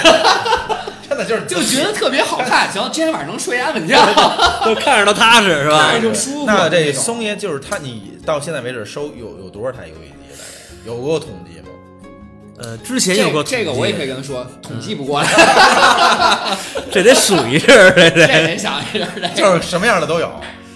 S1: 真的就是你
S2: 就觉得特别好看，行，今天晚上能睡安稳觉，
S3: 就看着都踏实是吧
S2: 看？着就舒服。
S1: 那这
S2: 种
S1: 松爷就是他，你到现在为止收有有多少台游戏机来着？有过统计吗？
S3: 呃，之前有
S2: 这
S3: 过
S2: 这个我也可以
S3: 以，
S2: 跟他说，统计不过来，
S3: 这得数一阵儿，这
S2: 这
S3: 得。
S2: 得想一下，这
S1: 就是什么样的都有，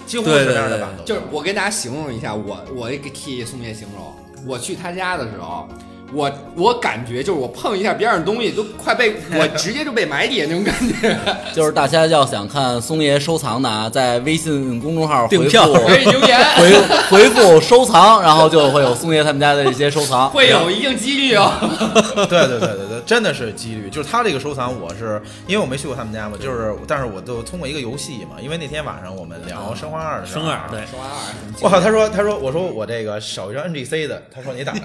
S1: 几乎
S3: 对
S1: 什么
S3: 对
S1: 样的
S3: 对
S1: 版都有。
S2: 就是我跟大家形容一下，我我给替宋叶形容，我去他家的时候，我我感觉就是我碰一下边上的东西，都快被我直接就被埋底那种感觉。
S5: 就是大家要想看松爷收藏的啊，在微信公众号回
S3: 订
S5: 复
S3: 票
S2: 可以留言，
S5: 回回复收藏，然后就会有松爷他们家的一些收藏。
S2: 会有一定几率哦。
S1: 对 对对对对，真的是几率。就是他这个收藏，我是因为我没去过他们家嘛，就是但是我就通过一个游戏嘛，因为那天晚上我们聊《生化二》的时候，
S3: 生二，对，
S2: 说完二什么
S1: 我靠，他说他说我说我这个少一张 NGC 的，他说你 打啥？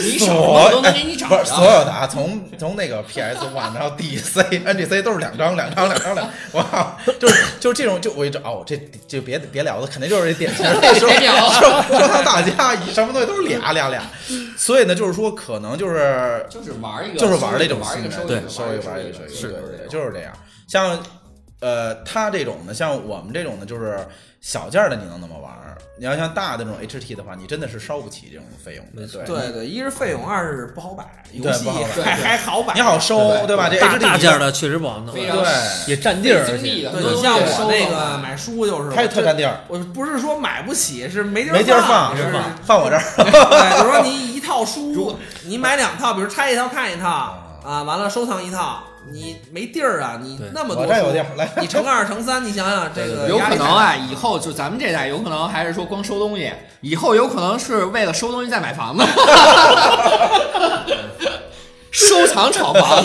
S2: 你
S1: 所
S2: 手我都能给你找
S1: 不是所
S2: 着。
S1: 有的啊，从从那个 PS One 然后 DC、NGC 都是两张两张两张两， 我靠，就是就是这种就我一找哦，这这别别聊了，肯定就是这典型 的收
S2: 别聊了
S1: 收收藏大家，以什么东西都是俩俩俩，所以呢，就是说可能就是
S2: 就是玩一个，
S1: 就是玩儿这种
S2: 玩一个
S1: 心
S2: 收
S1: 态
S2: 益，
S1: 收
S2: 玩
S1: 一
S2: 一
S1: 玩一个
S2: 个
S1: 收益，
S2: 收益
S1: 对对对，就是这样。像呃，他这种的，像我们这种的，就是小件儿的，你能那么玩儿。你要像大的那种 HT 的话，你真的是烧不起这种费用的。对，
S4: 对对，一是费用，二是不好摆，游
S1: 对
S4: 戏
S1: 不好摆
S4: 还还好摆。
S1: 你好收，
S2: 对
S1: 对吧？这
S3: 大
S1: HT
S3: 大件儿的确实不好弄，
S2: 非常
S1: 对，
S3: 也占地儿，
S2: 费
S3: 而
S2: 精力
S3: 且
S2: 的
S4: 对，
S2: 对
S4: 你像
S2: 收
S4: 我
S2: 了
S4: 那个买书就是，
S1: 它也特
S4: 我
S1: 占地儿，
S4: 我不是说买不起，是没地儿
S1: 没地儿
S4: 放，
S1: 放
S4: 是
S1: 是吧？放我这儿，
S4: 对，比如说你一套书，你买两套，比如拆一套看一套啊，完了收藏一套，你没地儿啊，你
S3: 对
S4: 那么
S1: 我
S4: 多书
S1: 这，儿有地儿，来，
S4: 你乘二乘三，你想想这个
S2: 有
S4: 压
S2: 可
S4: 力
S2: 能
S4: 太大
S2: 啊，以后就咱们这代有可能还是说光收东西，以后有可能是为了收东西再买房子，收藏炒房。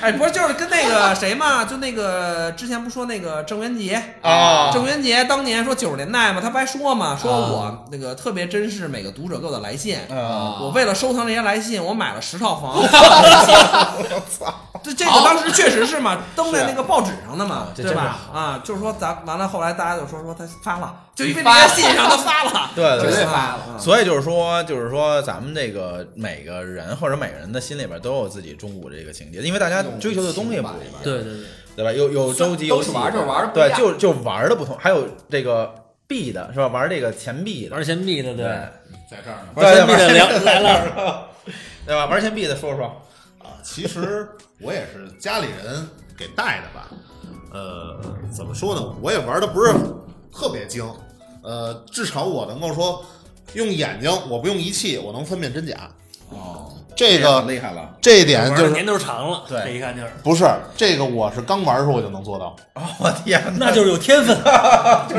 S4: 哎，不是，就是跟那个谁嘛，就那个之前不说那个郑渊洁
S1: 啊
S4: 郑渊洁当年说九十年代嘛，他不还说嘛，说我那个特别珍视每个读者给我的来信。
S3: 嗯
S1: 啊，
S4: 我为了收藏这些来信，我买了十套 房。
S1: 我 操，
S4: 这这个当时确实是嘛，登在那个报纸上的嘛
S1: 哦啊，这
S4: 对
S1: 真是
S4: 吧？啊，就是说咱完了，后来大家就说说他发了，就因为那些信上他发 了，啊
S1: 对对
S2: 绝
S1: 对
S2: 对。
S4: 发
S2: 发
S4: 了。
S1: 所以就是说，就是说，咱们这个每个人或者每个人的心里边都有自己中古这个情节，因为大家追求的东西不一样。
S3: 对对对，
S1: 对吧？有有
S2: 算
S1: 周级
S2: 都
S1: 游
S2: 是
S1: 戏，
S2: 玩儿就是玩儿的不一
S1: 对，
S2: 样
S1: 就就玩儿的不同，还有这个币的是吧？玩儿这个钱币的，
S3: 玩钱币的，对，
S2: 嗯
S6: 在这儿呢。
S1: 对
S3: 钱币的聊
S1: 玩儿
S3: 来了，
S1: 了，对吧？玩儿钱币的说说，
S6: 啊，其实我也是家里人给带的吧。呃，怎么说呢？我也玩的不是特别精，呃，至少我能够说用眼睛，我不用仪器，我能分辨真假。哦，这
S1: 很
S6: 个
S1: 厉害了，
S6: 这一点
S3: 玩
S6: 就
S3: 的
S6: 是
S3: 年头长了，
S1: 对
S3: 这一看就是，
S6: 不是这个，我是刚玩的时候我就能做到。
S1: 哦，我天哪，
S3: 那就是有天分，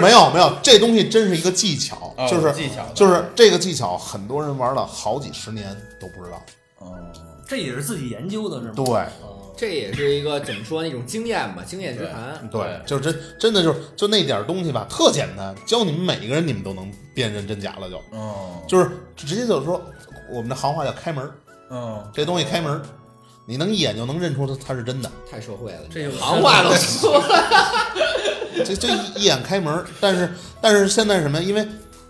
S6: 没有没有，这东西真是一个技巧，
S1: 哦
S6: 就
S1: 有
S6: 是
S1: 技巧的
S6: 就是这个技巧，很多人玩了好几十年都不知道。
S1: 哦
S3: 这也是自己研究的是吗？哦
S6: 对，
S2: 这也是一个怎么说那种经验吧，经验之谈。
S6: 对，就真真的就是就那点儿东西吧，特简单，教你们每一个人，你们都能辨认真假了就，
S1: 哦
S6: 就是直接就是说，我们的行话叫开门儿，
S1: 哦，
S6: 这东西开门儿，你能一眼就能认出它它是真的，
S2: 太社会了，
S3: 这有
S2: 行话都说了。
S6: 这这一一眼开门儿。 但是但是现在什么呀？因为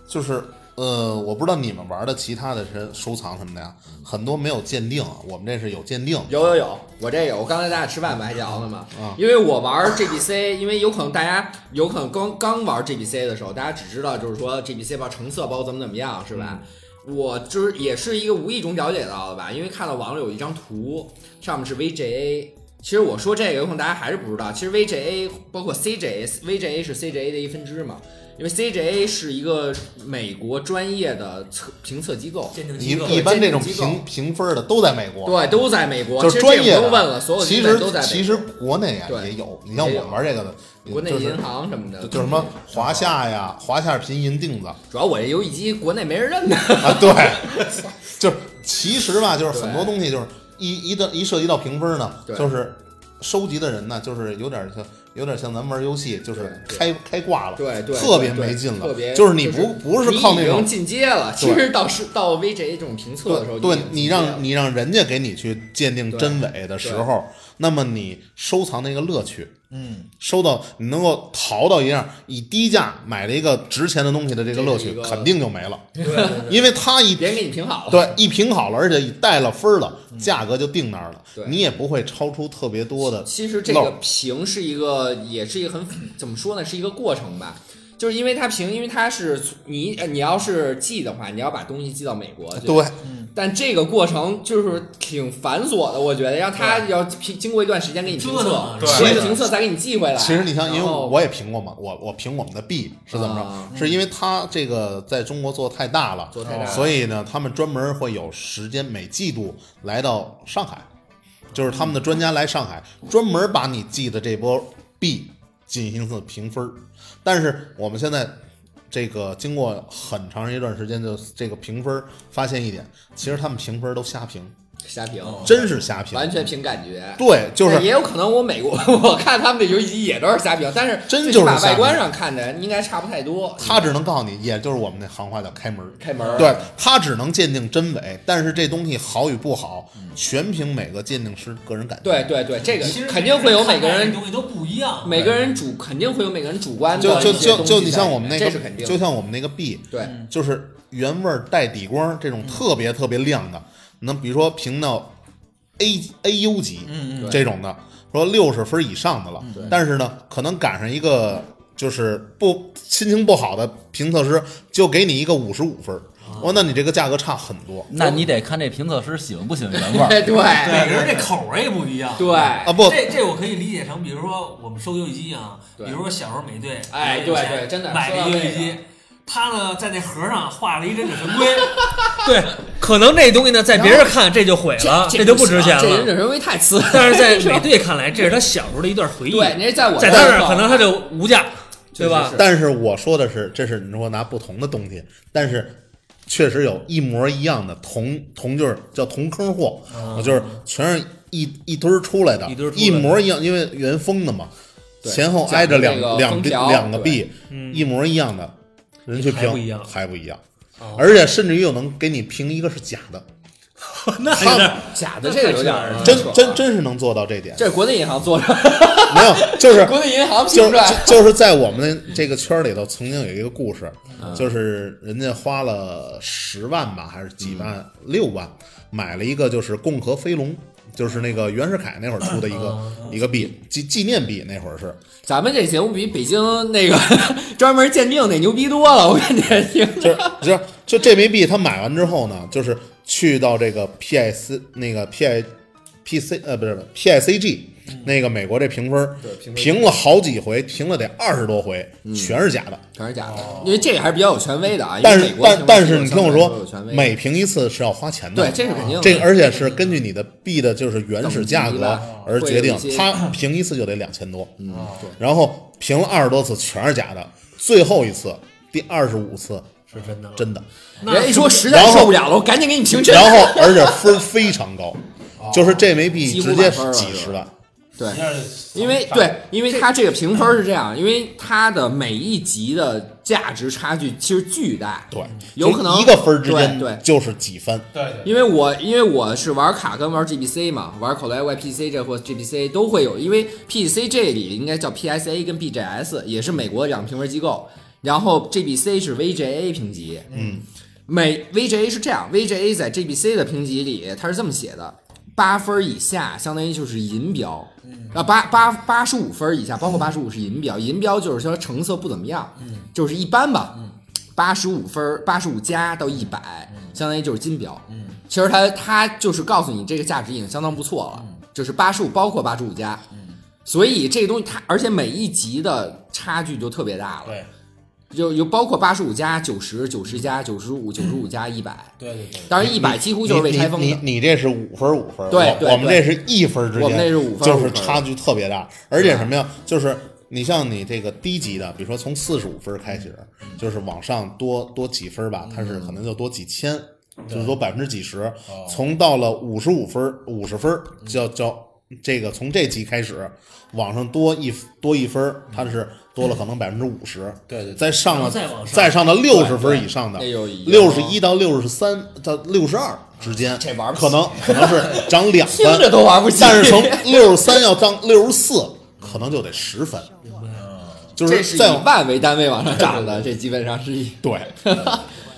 S6: 就是呃，我不知道你们玩的其他的是收藏什么的呀，很多没有鉴定，我们这是有鉴定，
S2: 有有有，我这有，我刚才咱俩吃饭不还聊呢吗？
S6: 嗯
S2: 因为我玩 GBC，因为有可能大家有可能刚刚玩 GBC 的时候，大家只知道就是说 GBC 包成色包括怎么怎么样，是吧？
S6: 嗯
S2: 我就是也是一个无意中了解到的吧，因为看到网上有一张图，上面是 VGA。其实我说这个，有可能大家还是不知道，其实 VGA 包括 CGA，VGA 是 CGA 的一分支嘛。因为 CGA 是一个美国专业的测评测机构，
S3: 鉴定
S6: 一
S3: 机构
S6: 一般这种
S2: 鉴定机构
S6: 评评分儿的都在美国。
S2: 对，都在美国，
S6: 就
S2: 其实
S6: 是专
S2: 这
S6: 业
S2: 也
S6: 的，
S2: 不用问了，所有的
S6: 其
S2: 基本
S6: 实
S2: 都在美国。
S6: 其实国内啊
S2: 对
S6: 也有，你像
S2: 也
S6: 我
S2: 有
S6: 们玩这个的，
S2: 国内
S6: 就是
S2: 银行嗯什么的，
S6: 就什么华夏呀、华夏拼音钉子
S2: 主要我这游戏机国内没人 认的，
S6: 啊，对，就是其实吧，就是很多
S2: 对
S6: 东西就是一一的一涉及到评分呢，
S2: 对
S6: 就是收集的人呢，就是有点像有点像咱们玩游戏，就是开开挂了，
S2: 对对，
S6: 特别
S2: 对
S6: 没劲了，
S2: 特别
S6: 就是你不不是靠那
S2: 你已经
S6: 种。
S2: 进阶了，其实到是到 VJ 这种评测的时候
S6: 对，
S2: 已经
S6: 对
S2: 进阶了，
S6: 你让你让人家给你去鉴定真伪的时候，那么你收藏的一个乐趣，
S4: 嗯，
S6: 收到你能够淘到一样以低价买了一个值钱的东西的这个乐
S2: 这是一
S6: 趣，
S2: 个
S6: 肯定就没了，
S4: 对对对
S6: 因为他一
S2: 别人给你评好了，
S6: 对一评好了，而且一带了分儿了，价格就定那儿了
S2: 对，
S6: 你也不会超出特别多的。
S2: 其实这
S6: 漏
S2: 个评是一个，也是一个很怎么说呢，是一个过程吧。就是因为它评，因为它是你，呃你要是寄的话，你要把东西寄到美国去。
S6: 对，
S3: 嗯
S2: 但这个过程就是挺繁琐的，我觉得让他要评经过一段时间给你评
S3: 折腾
S2: 测
S3: 啊，
S6: 对
S2: 给你评测再给你寄回来。
S6: 其实你像，因为
S2: 然后
S6: 我也评过嘛，我我评我们的 B 是怎么
S2: 啊
S6: 着？是因为它这个在中国做太大了，
S2: 做太大了
S6: 所以呢，他们专门会有时间每季度来到上海，就是他们的专家来上海，专门把你记的这波 B 进行次评分儿。但是我们现在这个经过很长一段时间的这个评分儿，发现一点，其实他们评分儿都瞎评，
S2: 瞎评，
S6: 真是瞎评，
S2: 完全凭感觉。
S6: 对，就是
S2: 但也有可能我美国，我看他们的游戏也都是瞎评，但是
S6: 真
S2: 最
S6: 就是
S2: 起码
S6: 瞎
S2: 外
S6: 评
S2: 观上看的应该差不太多。
S6: 他只能告诉你，也就是我们那行话叫开门儿。
S2: 开门儿
S6: 对他只能鉴定真伪，但是这东西好与不好，全凭每个鉴定师个人感觉。
S2: 对对对，这个
S3: 其实
S2: 肯定会有每个人
S3: 看待这东西都不一样，
S2: 每个人主肯定会有每个人主观
S6: 就
S2: 的
S6: 就
S2: 一些
S6: 就
S2: 东西在里面，
S6: 就你像我们那
S2: 这
S6: 个
S2: 是肯，定的，
S6: 就像我们那个 B，
S2: 对嗯
S6: 就是原味儿带底光这种特别特别亮的，那比如说评到 A A U 级
S5: 嗯
S2: 对嗯
S6: 这种的，说六十分以上的了
S2: 对，
S6: 但是呢，可能赶上一个就是不心情不好的评测师，就给你一个五十五分儿，
S2: 啊
S6: 哦，那你这个价格差很多。
S5: 那你得看这评测师喜欢不喜欢原 味儿。
S2: 对对
S3: 每个人这口味也不一样。
S2: 对，
S6: 啊不，
S3: 这这我可以理解成，比如说我们收游戏机啊，比
S2: 对
S3: 如说小时候美队，
S2: 哎
S3: 有钱
S2: 对对真的
S3: 买了一
S2: 说
S3: 个
S2: 到
S3: 游戏
S2: 这
S3: 机，他呢在那盒上画了一忍者神龟，
S7: 对，可能这东西呢，在别人看这就毁了，
S2: 这
S7: 就不值钱
S2: 这忍
S7: 了。
S2: 者神龟太
S3: 啊
S2: 次，
S7: 但是在美队看来，这是他小时候的一段回忆，
S2: 对，那在我
S7: 在他
S2: 这
S7: 那儿可能他就无价，对吧？
S6: 但是我说的是，这是你说拿不同的东西，但是确实有一模一样的同同就是叫同坑货，就是全是一一堆儿出来的，
S7: 啊一
S6: 一
S7: 堆儿出来的
S6: 模一样，因为原封的嘛，
S2: 对
S6: 前后挨着两
S2: 讲究这个
S6: 两
S2: 封
S6: 个
S2: 条
S6: 两个
S2: 对
S6: 币，一模一样的，人去
S7: 嗯还
S6: 评
S7: 不一样哦
S6: 还不一样，而且甚至于有能给你评一个是假 的，
S7: 那
S6: 他们
S2: 假的，这个有点儿
S6: 真真，真是能做到这点，
S2: 这是国内银行做的，
S6: 没有就是
S2: 国内银行
S6: 就
S2: 评出
S6: 就
S2: 来，
S6: 就是在我们这个圈儿里头，曾经有一个故事，就是人家花了十万吧，还是几万六万，买了一个就是共和飞龙，就是那个袁世凯那会儿出的一个一个币纪纪念币，那会儿是
S2: 咱们这节目比北京那个 专门鉴定那牛逼多了，我感觉听
S6: 就是就是就这枚币，他买完之后呢，就是去到这个 P I C 那个 P I P C 呃不是 P I C G 那个美国这评分嗯儿，嗯评了好几回，评了得二十多回，全是假的。
S2: 全是假的，因为这个还是比较有权威的啊，因为
S6: 但
S2: 美
S6: 是
S2: 国
S6: 但
S2: 评分
S6: 但是
S2: 机
S6: 你
S2: 构
S6: 听我
S2: 相对来说有
S6: 说
S2: 权，威
S6: 每评一次是要花钱的，
S2: 对，这是肯定的，
S6: 这个而且是根据你的币的就是原始价
S2: 等级
S6: 格
S2: 吧
S6: 而决定
S2: 会有一，些
S6: 他评一次就得两千多，
S2: 嗯
S3: 啊
S2: 对
S6: 然后评了二十多次全是假的，最后一次第二十五次
S3: 是真的。
S6: 真的，
S2: 人一说实在
S6: 然后
S2: 受不了了，我赶紧给你评真
S6: 然
S2: 的。
S6: 后而且分儿非 常高，
S3: 哦
S6: 就是这枚币
S2: 几乎
S6: 直接
S2: 满分了
S6: 几十万，
S2: 对
S7: 一，下就
S2: 因为对，因为它这个评分是这样，因为它的每一集的价值差距其实巨大，
S6: 对，
S2: 有可能
S6: 就一个分儿之间
S2: 对对
S6: 就是几番，
S7: 对
S2: 因为我因为我是玩卡跟玩 GBC 嘛，玩口袋 YPC 这或 GBC 都会有，因为 PC 这里应该叫 PSA 跟 BGS，也是美国两个评分机构，然后 GBC 是 VGA 评级，嗯，美 VGA 是这样，VGA 在 GBC 的评级里它是这么写的，八分以下相当于就是银标，啊八八八十五分以下，包括八十五是银标，银标就是说成色不怎么样，就是一般吧，八十五分，八十五加到一百，相当于就是金标。嗯，其实它它就是告诉你这个价值已经相当不错了，就是八十五包括八十五加。嗯，所以这个东西它，而且每一级的差距就特别大了。
S7: 对，
S2: 有有包括八十五加九十九十加九十五九十五加一百，
S1: 嗯
S7: 对对对，
S2: 当然一百几乎就是未拆封
S6: 你
S2: 的
S6: 你。你你这是五分儿五分儿，
S2: 对
S6: 我
S2: 对
S6: 我们这是一分儿之间，
S2: 我们这是五分儿
S6: 就
S2: 五分
S6: 是
S2: 儿
S6: 差距特别大。而且什么呀，就是你像你这个低级的，比如说从四十五分儿开始，
S2: 嗯
S6: 就是往上多多几分儿吧，它是可能就多几千，
S2: 哦嗯
S6: 就是多百分之几十。从到了五十五分儿、五十分儿，叫叫这个从这集开始往上多一多一分儿，
S2: 嗯
S6: 它是多了可能百分之五十，
S1: 对对对
S6: 再上了
S3: 再往上
S6: 再上到六十分以上的，
S4: 对对那就已经
S6: 六十一到六十三到六十二之间，
S4: 这玩不起
S6: 可能可能是涨两分，
S4: 听着都玩不起
S6: 但是从六十三要涨六十四，可能就得十分，就
S2: 这
S6: 是
S2: 是
S6: 再
S2: 以
S6: 往
S2: 万为单位往上涨的，这基本上是以。
S6: 对，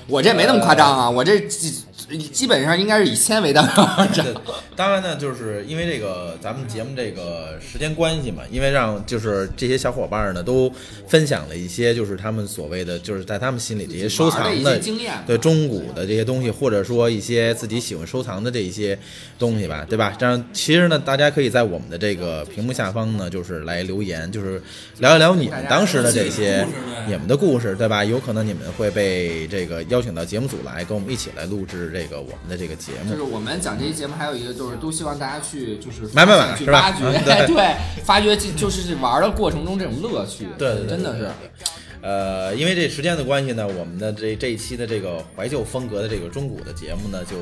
S2: 我这没那么夸张啊，我这基基本上应该是以千为单位往上涨。
S1: 这当然呢，就是因为这个咱们节目这个时间关系嘛，因为让就是这些小伙伴呢都分享了一些就是他们所谓的就是在他们心里这些收藏
S2: 自己玩的一些经验嘛
S1: 对中古的这些东西，或者说一些自己喜欢收藏的这一些东西吧，对吧？这样其实呢，大家可以在我们的这个屏幕下方呢，就是来留言，就是聊一聊你们当时的这些你们的故事，对吧？有可能你们会被这个邀请到节目组来，跟我们一起来录制这个我们的这个节目
S2: 就。是我们讲这期节目还有一个，就是都希望大家去就是
S1: 买买买
S2: 去
S1: 是吧
S2: 发掘，
S1: 嗯对
S2: 对，发掘这就是玩的过程中这种乐趣，
S1: 对对对
S2: 真的是。
S1: 呃，因为这时间的关系呢，我们的这这一期的这个怀旧风格的这个中古的节目呢，就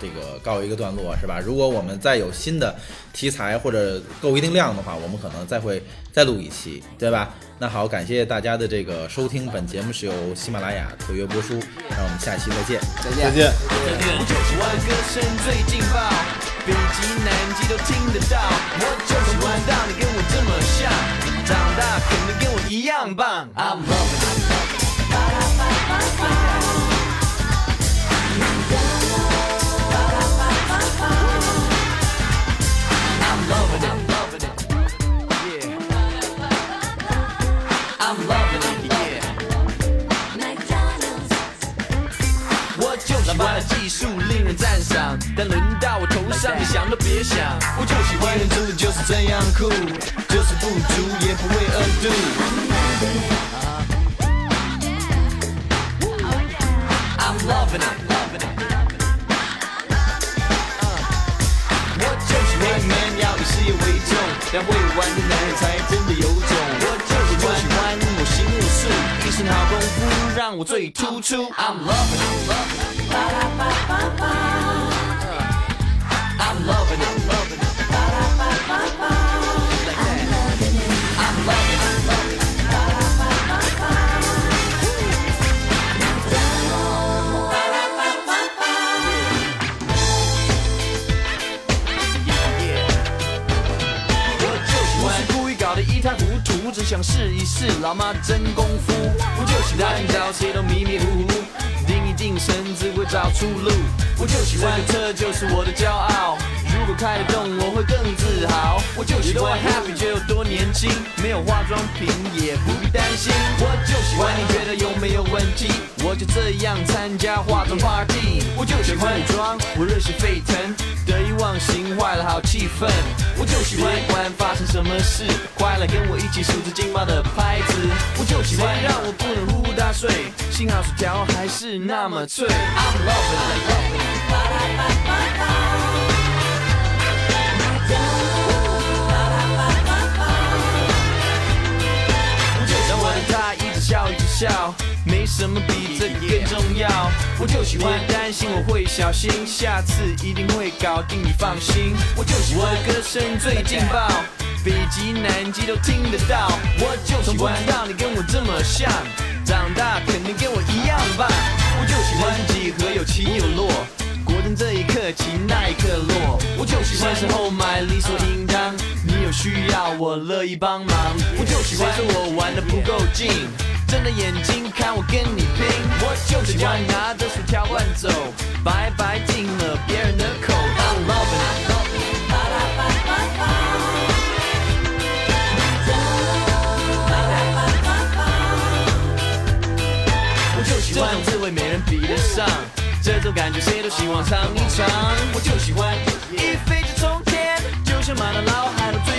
S1: 这个告一个段落，是吧？如果我们再有新的题材或者够一定量的话，我们可能再会再录一期，对吧？那好，感谢大家的这个收听，本节目是由喜马拉雅特约播出，那我们下期再见。
S2: 再见
S6: 再。见。
S8: 万歌声最劲爆，北极南极都听得到。我就是玩到你跟我这么像，长大肯定跟我一样棒。I'm loving it。I'm loving it, loving it, yeah. I'm loving it, yeah. 我就喜欢的技术令人赞赏，但轮到我头上，你想都别想。我就喜欢人真的就是这样酷，就是不足也不会 undo。I'm loving it, loving it. 我就喜欢 man 要以事业为重，要会玩的男人才真的有种。我就是我喜欢我行我素，一身好功夫让我最突出。I'm loving it, I'm loving it, loving it. Like that. I'm loving it, I'm loving it. Yeah. 我就喜欢，不是故意搞得一塌糊涂，只想试一试老妈的真功夫。我就喜欢找谁都迷迷糊糊，定一定神，只会找出路。我就喜欢这个车就是我的骄傲，如果开得动我会更自豪。我就喜欢 happy 就有多年轻，没有化妆品也不必担心。我就喜欢你觉得有没有问题，我就这样参加化妆 party。我就喜欢你装，我热血沸腾，得意忘形坏了好气氛。我就喜欢管发生什么事，快来跟我一起数着劲爆的拍子。我就喜欢让我不能呼呼大睡，幸好薯条还是那么脆。I'm loving it, loving it. I'm loving it, loving it. 让我的他一直笑一直笑，没什么比这个更重要。我就喜欢担心，我会小心，下次一定会搞定，你放心。我就喜欢歌声最劲爆，北极南极都听得到。我就喜欢，知道你跟我这么像，长大肯定跟我一样棒。我就喜欢几何有起有落。果真这一刻起，那一刻落，我就喜欢身后买，理所应当。你有需要，我乐意帮忙。我就喜欢，说我玩的不够劲，睁着眼睛看我跟你拼。我就喜欢拿着薯条乱走，白白进了别人的口袋。I'm loving it. I'm loving it. 我就喜欢这种滋味，没人比得上。这种感觉谁都希望尝一尝，我就喜欢一飞至冲天，就像马到脑海的最